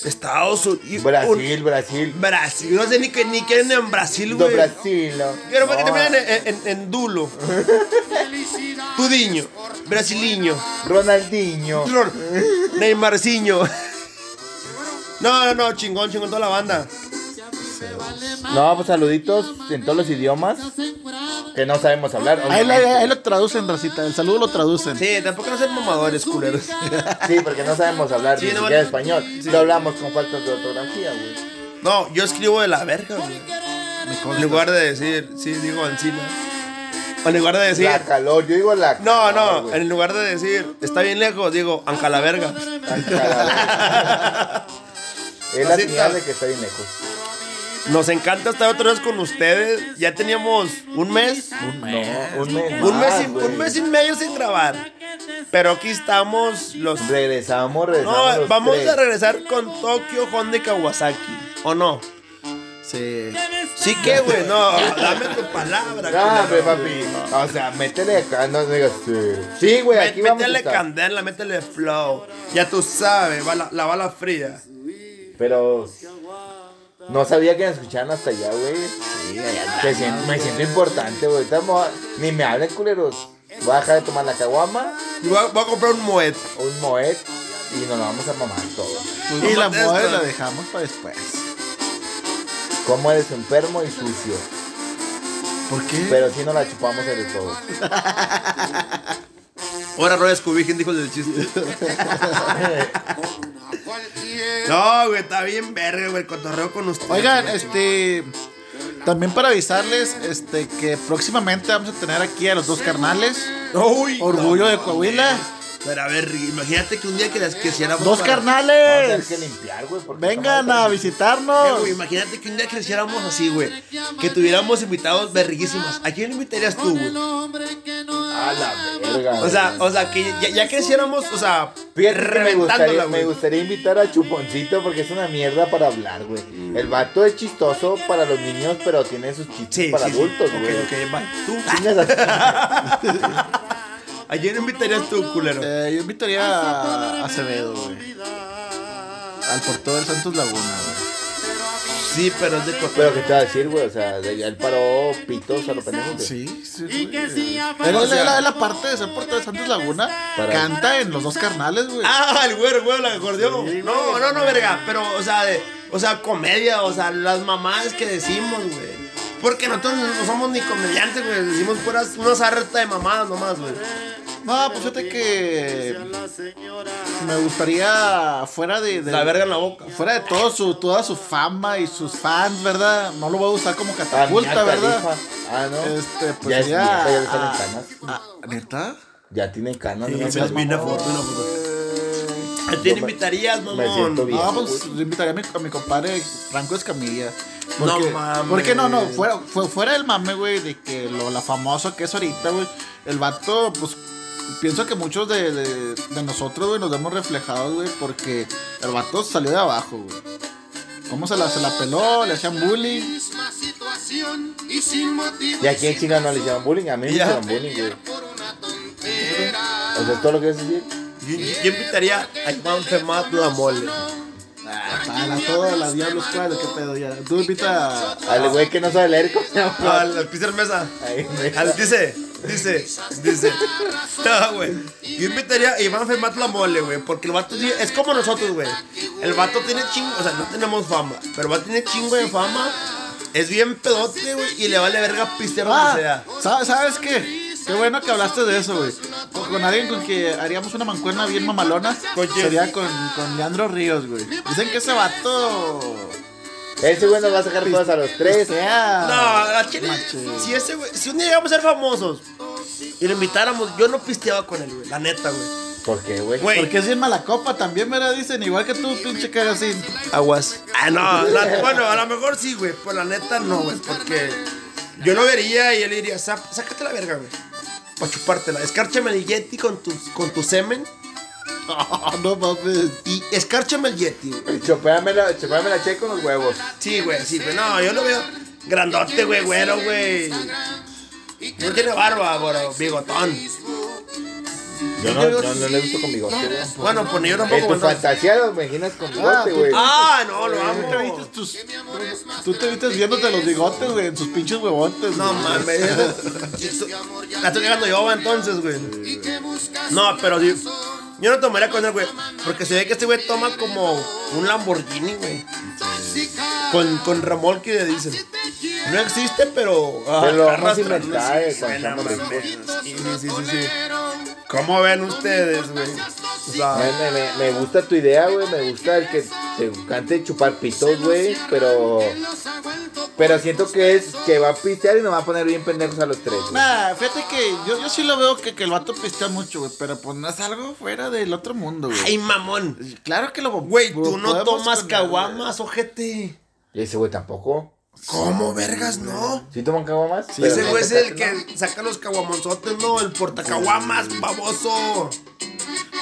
A: Estados Unidos.
C: Brasil, Brasil.
A: Brasil, no sé ni que ni quieren en Brasil,
C: Do
A: güey.
C: Brasil.
A: Quiero ver que
C: No,
A: terminan en, en, en Dulo. Tudiño, Brasiliño,
C: Ronaldinho.
A: Flor, Neymarciño. No, no, no, chingón, chingón, toda la banda.
C: No, pues saluditos en todos los idiomas que no sabemos hablar.
B: Ahí, la-
C: obviamente.
B: ahí lo traducen, Racita. El saludo lo traducen.
A: Sí, tampoco no sean mamadores, culeros.
C: Sí, porque no sabemos hablar
A: Sí,
C: ni
A: no,
C: siquiera
A: no.
C: español. Lo hablamos con faltas de ortografía, güey.
A: No, yo escribo de la verga, güey.
B: Me
A: En
B: consta.
A: lugar de decir, sí, digo encima. O en lugar de decir,
C: La calor, yo digo la
A: no,
C: calor,
A: no,
C: güey.
A: en lugar de decir, está bien lejos, digo, anca la verga.
C: La calor. Es la
A: Así
C: señal
A: está.
C: de que está bien lejos.
A: Nos encanta estar otra vez con ustedes. Ya teníamos un mes.
C: No, un mes.
A: Un mes,
C: más,
A: y,
C: güey.
A: un mes y medio sin grabar. Pero aquí estamos los...
C: Regresamos, regresamos.
A: No,
C: los
A: vamos
C: tres.
A: a regresar con Tokio, Honda y Kawasaki. ¿O no?
B: Sí.
A: Sí que, güey. No, dame tu palabra.
C: Ah,
A: culero.
C: hombre, papi. O sea, métele acá, no digas. sí. Sí, güey,
A: Mé-
C: aquí vamos. a
A: métele
C: estar.
A: candela, métele flow. Ya tú sabes, va la, la bala fría.
C: Pero No sabía que me escuchaban hasta allá, güey. Sí, allá te sien- me siento importante, güey. Ahorita me voy a- Ni me hablen, culeros. Voy a dejar de tomar la caguama,
A: Yo voy a, voy a comprar un moet.
C: un moet y nos la vamos a mamar todo.
B: y
A: no
B: Pues, la
A: contesta.
B: moda la dejamos para después.
C: Como eres enfermo y sucio.
B: ¿Por qué?
C: Pero si no la chupamos de todo.
A: Ahora Roy Scooby, ¿quién dijo el chiste? no, güey, está bien verga, güey, el cotorreo con ustedes.
B: Oigan, este. También para avisarles este, que próximamente vamos a tener aquí a los dos carnales.
A: Uy,
B: Orgullo
A: no,
B: de
A: no,
B: Coahuila.
A: Pero a ver, imagínate que un día que las que hiciéramos.
B: ¡Dos
A: para-
C: Vamos a tener que
B: carnales!
C: limpiar, güey. porque
B: Vengan
C: esta
B: a
C: madre-
A: Eh,
B: visitarnos.
A: güey, imagínate que un día que las hiciéramos así, güey. Que tuviéramos invitados verguísimas. ¿A quién invitarías tú, güey?
C: A la verga.
A: O sea,
C: güey.
A: o sea, que ya, ya que hiciéramos, o sea,
C: Fíjate que me
A: reventándola,
C: gustaría, me
A: güey.
C: gustaría invitar a Chuponcito porque es una mierda para hablar, güey. El vato es chistoso para los niños, pero tiene sus chistes
A: Sí,
C: para
A: sí, sí.
C: adultos,
A: Ok,
C: güey.
A: ok, va. Tú,
C: Chingas a-
A: ¿A quién invitarías tú, culero?
B: Eh, yo invitaría a Acevedo, güey. Al portero del Santos Laguna, güey.
A: Sí, pero es de cotorreo.
C: Pero que te va a decir, güey, o sea, de- él paró pitos a los pendejos. güey.
B: Sí, sí. güey. Pero él- él- él, la parte de ser portero de Santos Laguna,
C: Para-
B: canta en los dos carnales, güey.
A: Ah, el güero, el güero, la acordeón.
B: Sí,
A: no, no, no, verga. Pero, o sea, de- o sea, comedia, o sea, las mamadas que decimos, güey. Porque nosotros no somos ni comediantes, güey. Decimos puras, una sarta de mamadas nomás, güey.
B: No, pues fíjate que me gustaría fuera de, de-
A: La verga en la boca.
B: fuera de todo su toda su fama y sus fans, ¿verdad? No lo voy a usar como
C: Ah,
B: catapulta,
C: Mia
B: ¿verdad?
C: Khalifa. Ah, no.
B: Este, pues
C: ya es
B: sería
C: vieja, ya le
B: a-
C: salen canas.
B: Ah, ¿Neta?
C: Ya tiene canas.
A: Sí,
C: no
A: se
C: me-
A: las vi una foto, una foto. ¿A
C: Yo
A: quién
C: me-
A: invitarías,
C: me siento
A: mamón?
C: bien.
B: No, pues yo invitaría a mi, a mi compadre Franco Escamilla.
A: No
B: Porque,
A: mames.
B: Porque no, no, fuera, fue, fuera del mame, güey, de que lo la famoso que es ahorita, güey. El vato, pues, pienso que muchos de, de- de nosotros, güey, nos vemos reflejados, güey, porque el vato salió de abajo, güey. ¿Cómo se la, se la peló? Le hacían bullying.
C: ¿Y a quién chingas no le hicieron bullying? A mí me
A: Ya.
C: hicieron bullying, güey. O sea, ¿es todo lo que es decir?
A: ¿Quién quién invitaría a Iván Femat la mole?
B: Ah, Para todas las diablos, ¿cuál? ¿Qué pedo ya? Tú invita a...
C: Al güey que no sabe leer, ¿cómo se llama?
A: Al Peter Mesa.
C: Ahí, güey.
A: Al- Ah, dice, dice, dice. No, güey. Yo invitaría a Iván Fermat la mole, güey. Porque el vato sí- es como nosotros, güey. El vato tiene chingo, o sea, no tenemos fama. Pero el vato tiene chingo de fama. Es bien pedote, güey. Y le vale verga pistear donde
B: Ah,
A: sea.
B: ¿sabes, ¿sabes qué? Qué bueno que hablaste de eso, güey. Con, con alguien con que haríamos una mancuerna bien mamalona.
A: ¿Con quién?
B: Sería con, con Leandro Ríos, güey. Dicen que ese vato.
C: Ese güey nos va a
A: Pues,
C: sacar todas a los tres.
A: No,
B: Sea.
A: la chile.
B: macho.
A: Si ese, güey, si un día llegamos a ser famosos y lo invitáramos, yo no pisteaba con él, güey. La neta, güey.
C: ¿Por qué, güey?
A: Güey.
B: Porque es bien mala copa también, ¿verdad? Dicen, igual que tú, pinche cagacín.
A: Aguas. Ah, no, la- bueno, a lo mejor sí, güey. Pero la neta no, güey. Porque yo lo vería y él diría, "Sá- sácate la verga, güey. Para chupártela. Escárchame el Yeti con tu, con tu semen.
B: no mames.
A: Y escárchame el Yeti, güey.
C: Chopéamela, chopéamela che con los huevos.
A: Sí, güey, sí, güey. No, yo lo veo grandote, güey, güero, güey. No tiene barba, güero, bigotón.
C: Yo no, yo no le gusto con bigote, güey.
A: Bueno, pues ni yo
C: En
A: tampoco,
C: tu
A: güey. no.
C: fantasía lo imaginas con bigote,
B: tú-
C: güey.
A: Ah, no, lo
B: Tú te
A: amo.
B: viste tus. Tú te viste viéndote los bigotes, güey, en sus pinches huevotes.
A: No
B: güey.
A: mames. Esto- La estoy cagando yo, va, entonces, güey. No, pero sí, Yo no tomaría con él, güey. Porque se ve que este güey toma como un Lamborghini, güey. Con, con remolque de diésel. No existe, pero. ah,
C: Pero lo vamos a
A: arrastra,
C: inventar,
A: no
C: eh,
A: sé.
C: con
A: Bueno,
C: chamba de
A: mames, sí, sí, sí, sí. ¿Cómo ven ustedes, güey? O
C: Me,
A: sea,
C: me- me- me gusta tu idea, güey. Me gusta el que te cante chupar pitos, güey. Pero. Pero siento que es que va a pistear y nos va a poner bien pendejos a los tres. güey.
B: Nah, fíjate que yo, yo sí lo veo que, que el vato pistea mucho, güey, pero pues no es algo fuera del otro mundo, güey.
A: ay, mamón.
B: Claro que lo
A: Güey,
B: lo
A: tú no
B: podemos
A: tomas
B: cambiar,
A: caguamas, ojete.
C: Y ese güey tampoco.
A: ¿Cómo, vergas, no?
C: ¿Sí toman caguamas? Pero
A: Ese
C: no
A: güey es
C: te
A: el
C: cate, ¿no?
A: que saca los caguamonzotes, no, el portacaguamas, baboso.
B: güey.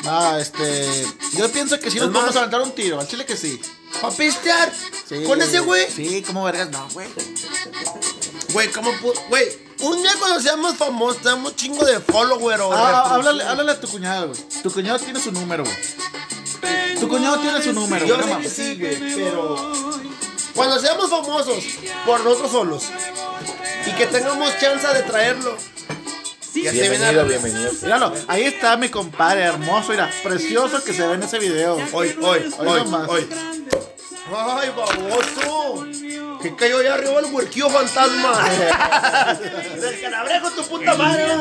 B: Ah, este. Yo pienso que sí
A: Es
B: nos vamos
A: más-
B: a aventar un tiro. Al chile que sí.
A: Pa' pistear.
B: Sí,
A: Con ese güey.
B: Sí, como vergas, no, güey.
A: Güey, ¿cómo pu- Güey, un día cuando seamos famosos, tenemos chingo de follow, güey.
B: Ah, ah, háblale, háblale a tu cuñado, güey. Tu cuñado tiene su número, güey. Tu cuñado tiene su número,
A: Yo
B: güey. no
A: sé que
B: mames.
A: sí, güey, pero. Cuando seamos famosos por nosotros solos y que tengamos chance de traerlo. Ya se viene
C: Bienvenido,
A: la-
C: bienvenido.
B: Míralo, ahí está mi compadre, hermoso, mira, precioso que se ve en ese video.
A: Hoy, hoy,
B: Hoy
A: hoy,
B: nomás.
A: hoy. ¡Ay, baboso! Que cayó allá arriba el huerquillo fantasma. Del canabrejo, tu puta madre.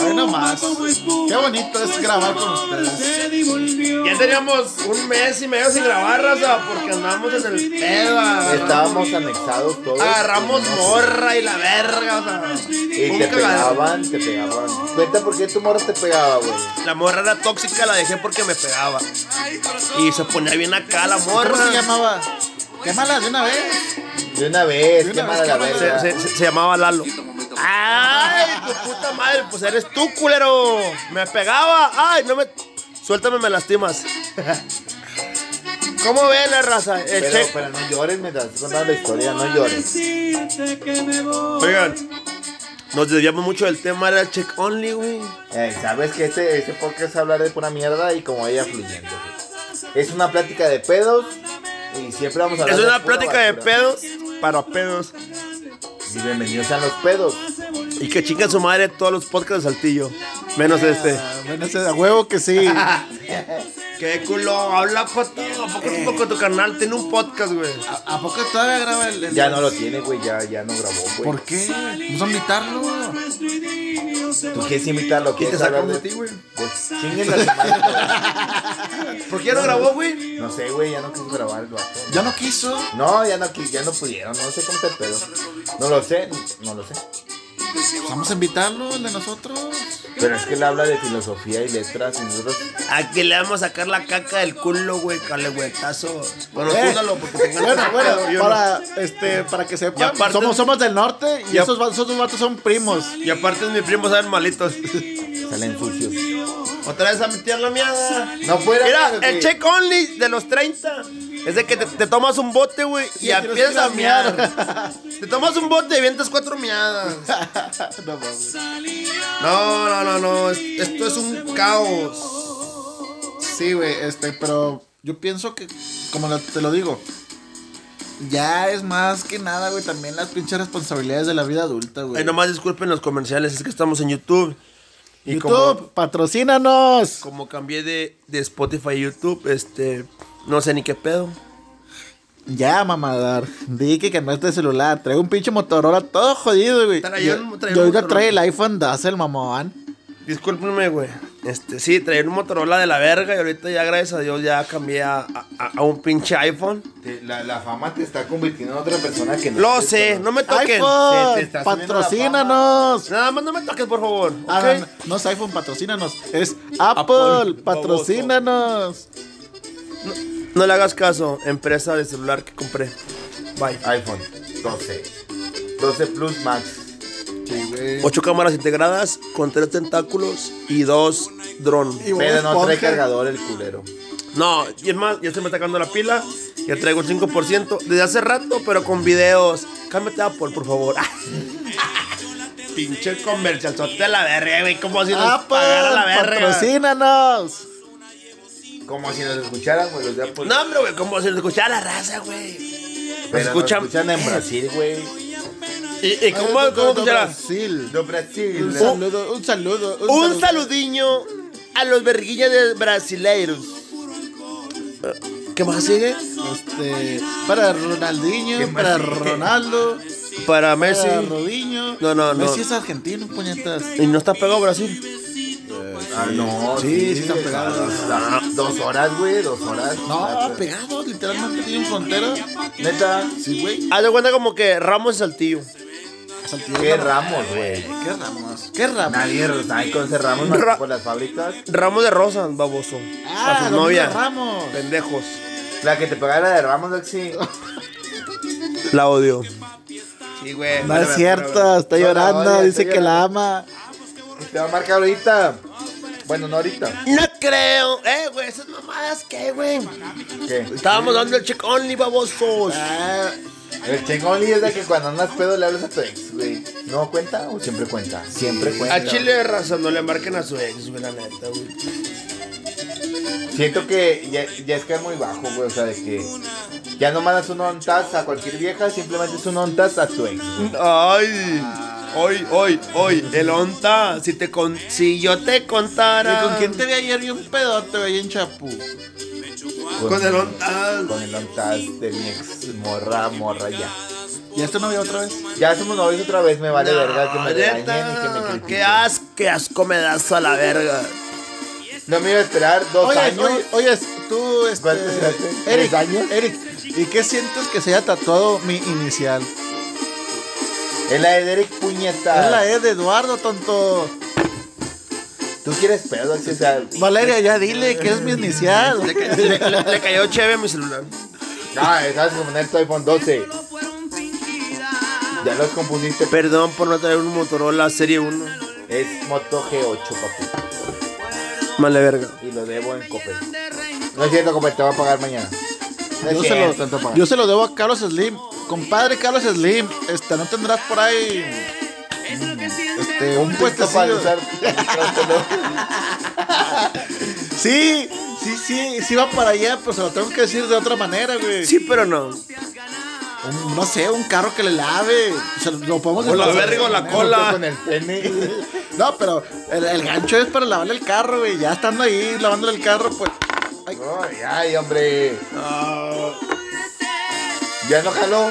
B: Hoy nomás. Qué bonito es grabar con ustedes.
A: Ya teníamos un mes y medio sin grabar, raza, porque andamos en el pedo. agarramos-
C: Estábamos anexados todos.
A: Agarramos morra y la verga, o sea.
C: Y
A: un
C: te
A: cagadero.
C: pegaban, te pegaban. Cuenta por qué tu morra te pegaba, güey.
A: La morra era tóxica, la dejé porque me pegaba. Y se ponía bien acá la morra.
B: ¿Cómo se llamaba? Quémala de una vez.
C: De una vez,
B: De una vez,
C: qué mala la
B: cámara.
C: verga.
A: Se, se- se llamaba Lalo. ¡Ay, tu puta madre! Pues eres tú, culero. Me pegaba. ¡Ay, no me. Suéltame, me lastimas. ¿Cómo ven la raza? El
C: Pero,
A: che-
C: pero no llores mientras estás contando la historia, no llores.
A: Oigan, nos desviamos mucho del tema, era el check only, güey.
C: Eh, Sabes que este, este podcast es hablar de pura mierda y como ella fluyendo. güey. Es una plática de pedos y siempre vamos a hablar
A: Es
C: de
A: una
C: pura
A: plática de
C: basura.
A: pedos para pedos.
C: Y bienvenidos a los pedos.
A: Y que chingan su madre todos los podcasts de Saltillo. Menos este.
B: Ah, Bueno, ese de huevo que sí. A-
A: Qué culo, habla pato. ¿A poco tu, poco tu canal tiene un podcast, güey?
B: ¿A poco todavía graba el.? el-
C: Ya no lo tiene, güey, ya, ya no grabó, güey.
B: ¿Por qué? Pues Vamos a invitarlo.
C: ¿Tú quieres imitarlo?
A: ¿Quién te
C: ¿Quieres hablar
A: sacamos
C: de
A: de ti, güey?
C: Pues chinguen la semana.
A: ¿Por qué ya no grabó, güey?
C: No sé, güey, ya no quiso grabar el vato.
B: Ya no quiso.
C: No, ya no, qui- ya no pudieron, no sé cómo está el pedo. No lo sé, no lo sé.
B: Pues Vamos a invitarlo, el de nosotros.
C: Pero es que él habla de filosofía y letras y nosotros.
A: Aquí le vamos a sacar la caca del culo, güey, calegüetazo. Bueno,
B: Eh.
A: júntalo porque tengo
B: Bueno, bueno,
A: yo no.
B: para, este, para que
A: Y
B: sepan,
A: aparte-
B: somos, somos del norte y
A: Y a-
B: esos, va- esos dos vatos son primos.
A: Y aparte mis primos saben malitos.
C: Salen sucios.
A: Otra vez a meter la mierda.
C: No fuera.
A: Mira,
C: güey.
A: el check only de los 30 es de que te, te tomas un bote, güey, y
B: Y te los
A: empiezas a
B: tiras
A: miar. Te tomas un bote y vientas cuatro miadas.
B: No mames.
A: No, no, no, no. es- Esto es un caos.
B: Sí, güey, este, pero yo pienso que, como lo- te lo digo, ya es más que nada, güey, también las pinches responsabilidades de la vida adulta, güey.
A: Ay, nomás disculpen los comerciales, es que estamos en YouTube. Y
B: YouTube, patrocínanos.
A: Como, como cambié de, de Spotify a YouTube, este. No sé ni qué pedo.
B: Ya, mamadar. Di que cambiaste de celular. Trae un pinche Motorola todo jodido, güey.
A: Traía
B: Yo-
A: un- traía
B: yo
A: un
B: ahorita
A: Motorola.
B: trae el iPhone 12, el mamón.
A: Discúlpenme, güey. Este, sí, traía un Motorola de la verga y ahorita ya, gracias a Dios, ya cambié a, a- a un pinche iPhone.
C: Te- la, la fama te está convirtiendo en otra persona que no.
A: Lo sé, no me toquen.
C: Se te
B: iPhone,
C: está subiendo la
B: patrocínanos.
A: Nada más no me toques, por favor. ¿ok?
B: Ah, no, no es iPhone, patrocínanos. Es Apple,
A: Apple,
B: patrocínanos.
A: No le hagas caso, empresa de celular que compré. Bye.
C: iPhone 12. 12 Plus Max.
A: Ocho cámaras integradas con tres tentáculos y dos drones.
B: Y Bob
C: Pero no trae
B: Esponja.
C: cargador el culero.
A: No, y es más, ya se me está acabando la pila. Ya traigo el 5% desde hace rato, pero con videos. Cámbiate a Apple, por favor. Pinche comercial, a la verga, güey. Como si nos
B: Apple,
A: pagara la verga.
B: patrocínanos.
C: Como si nos escucharan, güey, los de Apple.
A: No, hombre, güey, como si nos escuchara la raza, güey.
C: Pero
A: Nos
C: nos
A: escuchan-
C: escuchan. en Brasil, güey.
A: ¿Y, y cómo,
B: Ay,
A: cómo
B: de
A: escuchará?
B: Brasil.
C: De Brasil.
B: Un saludo, un saludo.
A: Un saludiño a los verguillas de brasileiros. ¿Qué más sigue?
B: Este, para
C: ¿Qué
B: Ronaldinho,
C: más
B: para
C: sigue?
B: Ronaldo,
A: Para Messi.
B: para Rodiño.
A: Ah, No, no, no.
B: Messi es argentino, puñetas.
A: Y no está pegado Brasil.
C: Ah, no.
B: Sí, sí están pegados.
C: Ah, Dos horas, güey, dos horas.
B: No,
C: Ah,
B: pegados, literalmente tienen frontera.
C: Neta,
B: Sí, güey.
A: Haz de cuenta como que Ramos y Saltillo.
B: Saltillo,
C: qué
B: no,
C: Ramos, güey.
B: ¿Qué ramos? ¿Qué ramos?
C: Nadie, nadie conoce a Ramos más
A: Ra-
C: que por las fábricas.
A: Ramos de Rosas, baboso.
B: Ah,
A: a su
B: Domingo
A: novia.
B: Ramos.
A: Pendejos.
C: La que te pagara de Ramos, Axi.
A: La odio. Sí, güey.
B: No es cierto, está
C: No, no,
B: llorando,
C: ya,
B: dice
C: está
B: que la ama.
C: Te va a marcar ahorita. Bueno, no ahorita.
A: No creo. Eh, güey, esas mamadas que, güey.
C: ¿Qué?
A: Estábamos dando el check only, babosos.
B: Ah,
C: El chingón es de que cuando andas pedo le hablas a tu ex, güey. ¿No cuenta o siempre cuenta? Siempre cuenta.
A: A Chile de razón, no le marquen a su ex, güey, la neta, güey.
C: Siento que ya, ya es que es muy bajo, güey. O sea, de que Ya no mandas un ontas a cualquier vieja, simplemente es un ontas a tu ex. güey.
A: Ay, hoy, hoy, hoy, el onta, si, te con, si yo te contara.
B: Güey, ¿Con quién te vi ayer? Vi un pedote, güey, en Chapu.
A: Con el onta.
C: Con el ontas de mi ex morra, morra ya.
B: ¿Y esto no vi otra vez?
C: Ya somos novios otra vez, me vale verga que me regañen y que me critiquen.
A: Qué asco, qué asco me das a la verga.
C: No me iba a esperar dos
B: Oye,
C: años.
B: oye, oye, tú, este,
C: ¿Cuántos hace?
B: Eric,
C: ¿Tres años?
B: Eric, ¿y qué sientes que se haya tatuado mi inicial?
C: Es la de Derek Puñeta.
B: Es la E de Eduardo, tonto.
C: Tú quieres pedo, Axel, o sea.
B: Valeria, ya dile que es mi inicial.
A: Le, le- le cayó chévere mi celular.
C: Ah, sabes componer tu iPhone 12. Ya los compusiste.
A: Perdón por no traer un Motorola Serie 1.
C: Es Moto G8, papi.
A: Mala verga.
C: Y lo debo en Copel. No es cierto, Copel, te voy a pagar mañana. No es
B: Yo se,
C: cierto,
B: lo,
C: te voy a pagar.
B: yo se lo debo a Carlos Slim. Compadre Carlos Slim, este, ¿no tendrás por ahí este, un
C: Puesto para
B: puestecillo?
C: usar.
B: Sí, sí, sí, sí va para allá, pero se lo tengo que decir de otra manera, güey.
A: Sí, pero no.
B: Un- no sé, un carro que le lave. Se lo, lo podemos
A: O la
B: disfrazar de
A: verga o
B: otra
A: la Hola.
B: manera.
C: Con el pene.
B: No, pero el, el gancho es para lavarle el carro, güey. Ya estando ahí lavándole el carro, pues. Ay,
C: Ay, ay, hombre.
B: Ah.
C: Ya no jaló.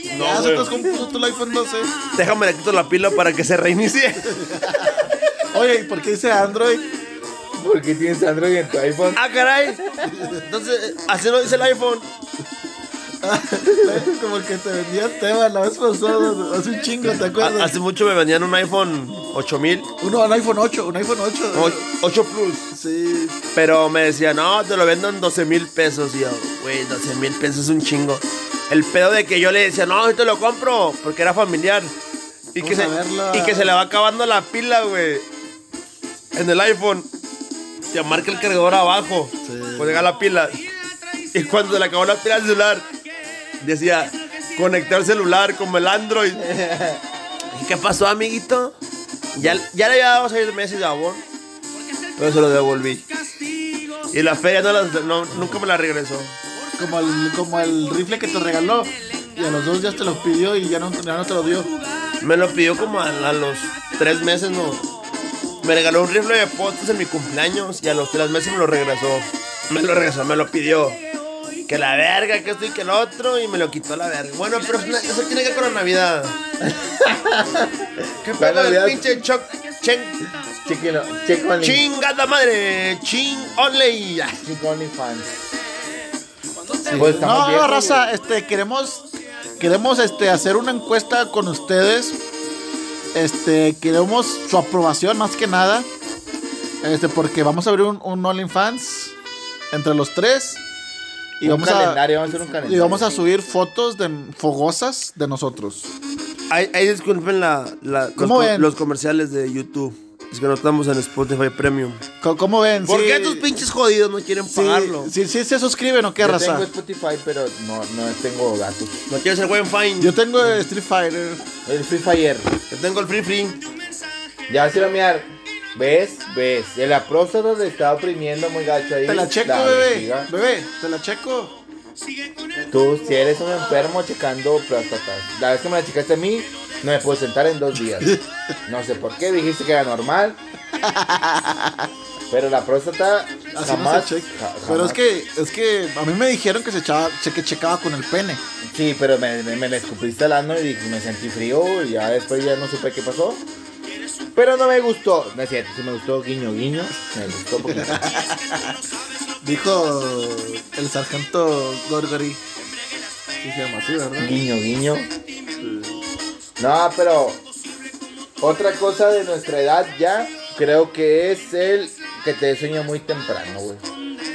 B: ya
A: güey.
B: se te descompuso tu iPhone 12.
A: Déjame le quito la pila para que se reinicie.
B: Oye, ¿y por qué dice Android?
C: ¿Por qué tienes Android en tu iPhone?
A: Ah, caray. Entonces, así no dice el iPhone.
B: Como el que te vendía Esteban la vez pasada, Ah, hace un chingo, ¿te
A: A-
B: acuerdas?
A: hace mucho me vendían un iPhone 8000.
B: Uno, un iPhone 8, un iPhone 8.
A: o- 8 Plus.
B: Sí.
A: Pero me decía, no, te lo vendo en 12 mil pesos. Y yo, güey, 12 mil pesos es un chingo. El pedo de que yo le decía, no, yo te lo compro, porque era familiar. Y que,
B: Vamos a
A: se,
B: verla.
A: y que se le va acabando la pila, güey. En el iPhone. Te marca el cargador abajo. Pues llega la pila. Y cuando se le acabó la pila al celular, decía, conectar celular como el Android. ¿Y qué pasó, amiguito? Ya, ya le había dado seis meses de abono. Pero se lo devolví. Y la feria no las- no- nunca me la regresó.
B: Como el, como el rifle que te regaló. Y a los dos días te lo pidió y ya no, ya no te lo dio.
A: Me lo pidió como a, a los tres meses, no. Me regaló un rifle de postes en mi cumpleaños y a los tres meses me lo regresó. Me lo regresó, me lo pidió. Que la verga, que esto y que el otro, y me lo quitó la verga. Bueno, pero es una- eso tiene que ver con la Navidad. ¿Qué
C: La
A: pedo del
C: Navidad.
A: pinche choc? Chen,
C: Chequenlo. Check only.
A: chingada madre, ching only.
C: Check only fans. Pues estamos
B: no, no,
C: viejos,
B: raza, este, queremos, queremos este, hacer una encuesta con ustedes. Este, queremos su aprobación más que nada. Este, porque vamos a abrir un, un OnlyFans entre los tres. Y
C: un
B: vamos
C: calendario,
B: a.
C: vamos a hacer un
B: Y
C: calendario.
B: vamos a subir fotos de fogosas de nosotros.
A: Ahí, ahí disculpen la, la- los,
B: ¿Cómo
A: co-
B: ven?
A: los comerciales de YouTube. Es que no estamos en Spotify Premium.
B: Co- ¿Cómo ven?
A: ¿Por
B: Sí,
A: qué tus pinches jodidos no quieren
B: sí,
A: pagarlo?
B: Sí, sí, se suscriben o qué
C: Yo
B: raza.
C: tengo Spotify, pero no, no tengo gatos.
A: No quieres el buen fine. Yo,
B: Yo tengo eh, Street Fighter.
C: El Free Fire.
A: tengo el free free.
C: Ya se lo mirar. ¿Ves? ¿Ves? El apróstata te está oprimiendo muy gacho ahí.
B: Te la checo,
C: La
B: bebé.
C: vejiga.
B: Bebé, te la checo.
C: Tú, si eres un enfermo checando próstatas. La vez que me la checaste a mí, no me puedo sentar en dos días. No sé por qué, dijiste que era normal. Pero la próstata
B: Así
C: jamás,
B: no se checa.
C: ja- jamás.
B: Pero es que, es que a mí me dijeron que se echaba, che- que checaba con el pene.
C: Sí, pero me, me, me la escupiste al ano y dije, me sentí frío y ya después ya no supe qué pasó. Pero no me gustó. No es cierto, sí me gustó guiño guiño. Me gustó porque
B: Dijo el sargento Gorgory. Sí, se llama así, ¿verdad?
C: guiño guiño. No, pero otra cosa de nuestra edad ya creo que es el que te sueña muy temprano, güey.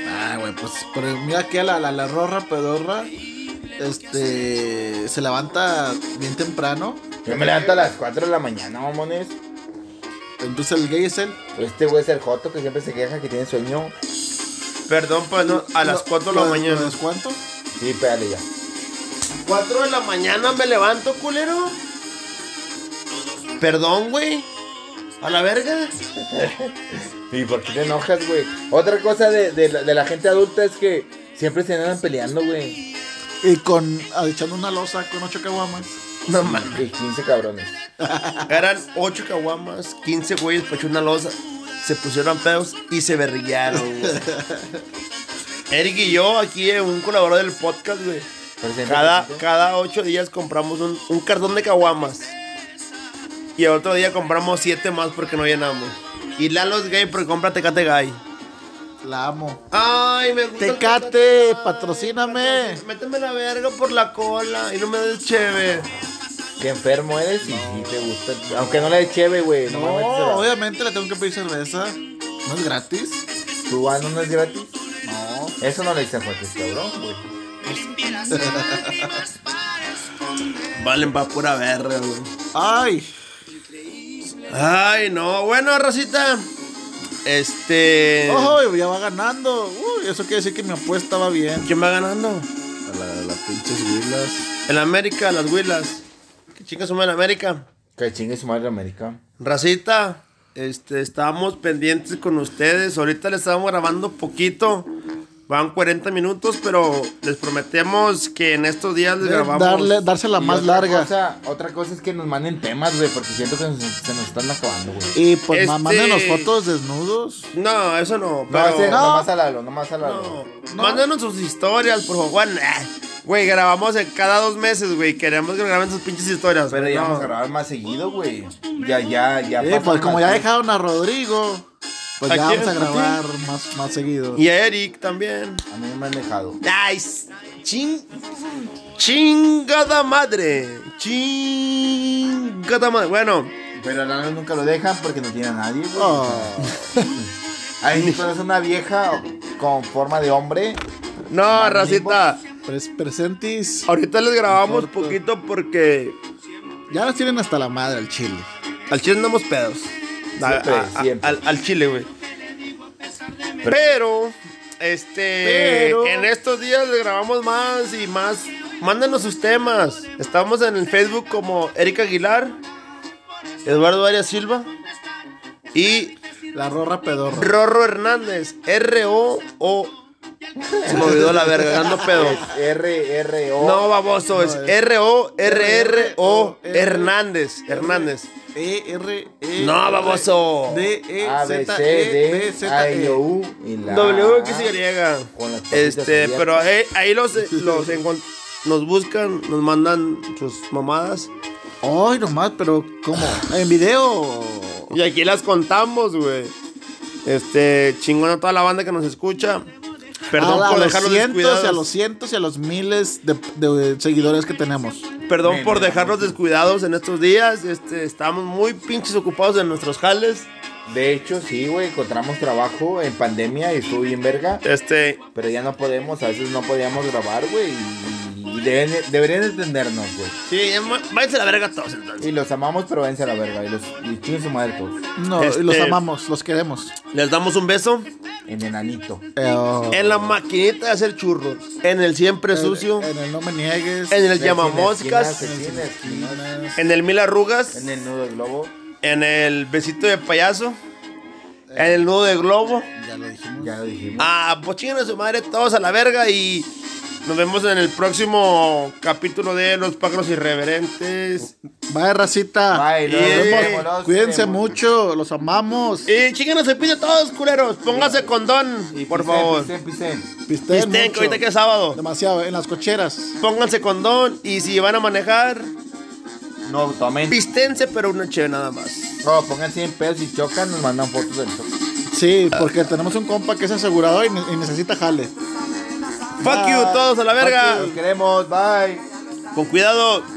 B: Ah, güey, pues pero mira aquí a la, la, la rorra pedorra. Este se levanta bien temprano.
C: Yo me levanto a las 4 de la mañana, mamones.
B: Entonces el gay es él.
C: Este güey es el Joto que siempre se queja que tiene sueño.
A: Perdón, pues no, a las
B: Lo-
A: 4 de la
B: lo-
A: mañana.
B: ¿Lo descuento?
C: Sí, pégale ya.
A: 4 de la mañana me levanto, culero. Perdón, güey. A la verga.
C: ¿Y por qué te enojas, güey? Otra cosa de, de la, de la gente adulta es que siempre se andan peleando, güey.
B: Y con ah, echando una losa con ocho caguamas.
A: No mames.
C: Y 15 cabrones.
A: Eran ocho caguamas, 15 güeyes para echar una losa. Se pusieron pedos y se berrillaron, güey. Eric y yo, aquí eh, un colaborador del podcast, güey.
C: Presente,
A: Cada,
C: presente.
A: cada ocho días compramos un, un cartón de caguamas. Y al otro día compramos siete más porque no llenamos. Y Lalo's gay porque compra Tecate Gay.
B: La amo.
A: Ay, me gusta. el
B: Tecate, patrocíname.
A: Méteme la verga por la cola y no me des cheve.
C: Qué enfermo eres y sí te gusta. Aunque no le dé cheve, güey. No, mames, se
B: No,
C: la-
B: obviamente le tengo que pedir cerveza. ¿No es gratis?
C: ¿Tu ano no es gratis?
B: No.
C: Eso no le dicen fuentes, cabrón, güey.
A: Valen pa' pura verga, güey.
B: Ay.
A: Ay, no. Bueno, Rosita.
C: Eh.
A: Este.
B: Ojo, ya va ganando. Uy, eso quiere decir que mi apuesta va bien.
A: ¿Quién va ganando?
B: A la, las pinches huilas.
A: El América, las Huilas. Que chingas suma el América.
C: Que chingue su madre América.
A: Racita, este, estábamos pendientes con ustedes. Ahorita le estábamos grabando poquito. Van 40 minutos, pero les prometemos que en estos días les grabamos.
B: Darle, dársela
C: Eh, Y
B: más
C: otra
B: larga.
C: cosa- otra cosa es que nos manden temas, güey, porque siento que nos- se nos están acabando, güey.
B: Y pues ma-
A: Este-
B: mándenos fotos desnudos.
A: No, eso no.
C: No,
A: pero-
C: ese-
B: no.
C: nomás a Lalo, nomás a Lalo.
A: No, Mándanos sus historias, por favor. Juan. Ah, Güey, grabamos en cada dos meses, güey. Queremos que graben sus pinches historias.
C: Pero ya
A: no.
C: vamos a grabar más seguido, güey. Ya, ya, ya.
B: Eh,
C: pasan
B: pues como
C: más
B: ya
C: días.
B: dejaron a Rodrigo, pues
A: ¿A
B: ya
A: quién?
B: vamos a
A: ¿A ti?
B: grabar más, más seguido.
A: Y a Eric también.
C: A mí me han dejado.
A: Nice. Ching. Chingada madre. Chingada madre. Bueno,
C: Pero a Lalo nunca lo dejan porque no tiene a nadie, güey.
B: Oh,
C: Ahí Nicolás es una vieja con forma de hombre.
A: no, racita.
B: pres- presentis.
A: Ahorita les grabamos
B: Corto.
A: poquito porque
B: Ya las tienen hasta la madre al chile.
A: al chile andamos pedos. A-
C: Siempre,
A: a- a-
C: siempre.
A: Al, al chile, güey. Pero, este.
B: Pero-
A: En estos días les grabamos más y más. Mándanos sus temas. Estamos en el Facebook como Erika Aguilar, Eduardo Arias Silva y
B: La rorra pedorra.
A: Rorro Hernández, R-O-O. Se me olvidó la verga, ando pedo.
C: R, R, O.
A: No, baboso, es R-O-R-R-O
B: R-R-O
A: Hernández. Hernández.
B: E R E
A: No,
B: R,
A: baboso.
B: D E
C: A, B,
B: Z
C: C,
B: E
C: D,
B: B Z
C: A, I,
B: E.
C: O, U y la
A: W que se llega.
C: Con las patitas
A: Este,
C: abiertas.
A: pero ahí, ahí los, los encon- nos buscan, nos mandan sus mamadas.
B: Ay, nomás, pero ¿cómo? En video.
A: Y aquí las contamos, güey. Este, chingona toda la banda que nos escucha. Perdón
B: Ah, a, a
A: por
B: los
A: dejarlos
B: cientos y a
A: descuidados.
B: los cientos y a los miles de, de seguidores que tenemos.
A: Perdón
C: Me-
A: por
C: me-
A: dejarlos descuidados en estos días. Este, estamos muy pinches ocupados en nuestros jales.
C: De hecho, sí, güey, encontramos trabajo en pandemia y estuvo bien verga.
A: Este,
C: Pero ya no podemos, a veces no podíamos grabar, güey. Y, y deben- deberían entendernos, güey.
A: sí, em- váyanse a la verga todos entonces.
C: Y los amamos, pero váyanse a la verga. Y los y chinguen su madre todos.
B: No, y
A: Este-
B: los amamos, los queremos. Eh,
A: Les damos un beso
C: En enanito.
B: Pero-
A: en la maquinita de hacer churros, en el siempre sucio,
B: En, en el no me niegues.
A: en el
C: Esquina,
A: llamamoscas,
C: esquina, esquina, esquina,
A: en el mil arrugas,
C: En el nudo del globo.
A: en el besito de payaso, en el nudo de globo.
B: Ya lo dijimos.
C: Ya lo dijimos.
A: Ah, pues chinguen a su madre todos a la verga y nos vemos en el próximo capítulo de Los Pájaros Irreverentes.
B: Bye, racita.
C: Bye, nos
B: Nos
A: Eh,
C: vemos,
B: vemos.
C: nos
B: Cuídense
C: vemos.
B: mucho, los amamos.
A: Y chinguen a su pito todos, culeros. Póngase condón,
C: Y
A: por
C: pisen,
A: favor.
C: pisen, pisen.
B: Pisteen
A: Visten, que
B: mucho.
A: ahorita que es sábado.
B: Demasiado, en las cocheras.
A: Pónganse condón y si van a manejar,
C: No, tomen.
A: pistense, pero una chévere nada más.
C: No, pongan 100 pesos y chocan, nos mandan fotos del choque.
B: Sí, porque tenemos un compa que es asegurador y, ne- y necesita jale.
A: Fuck you, todos a la verga.
C: Los queremos, bye.
A: Con cuidado.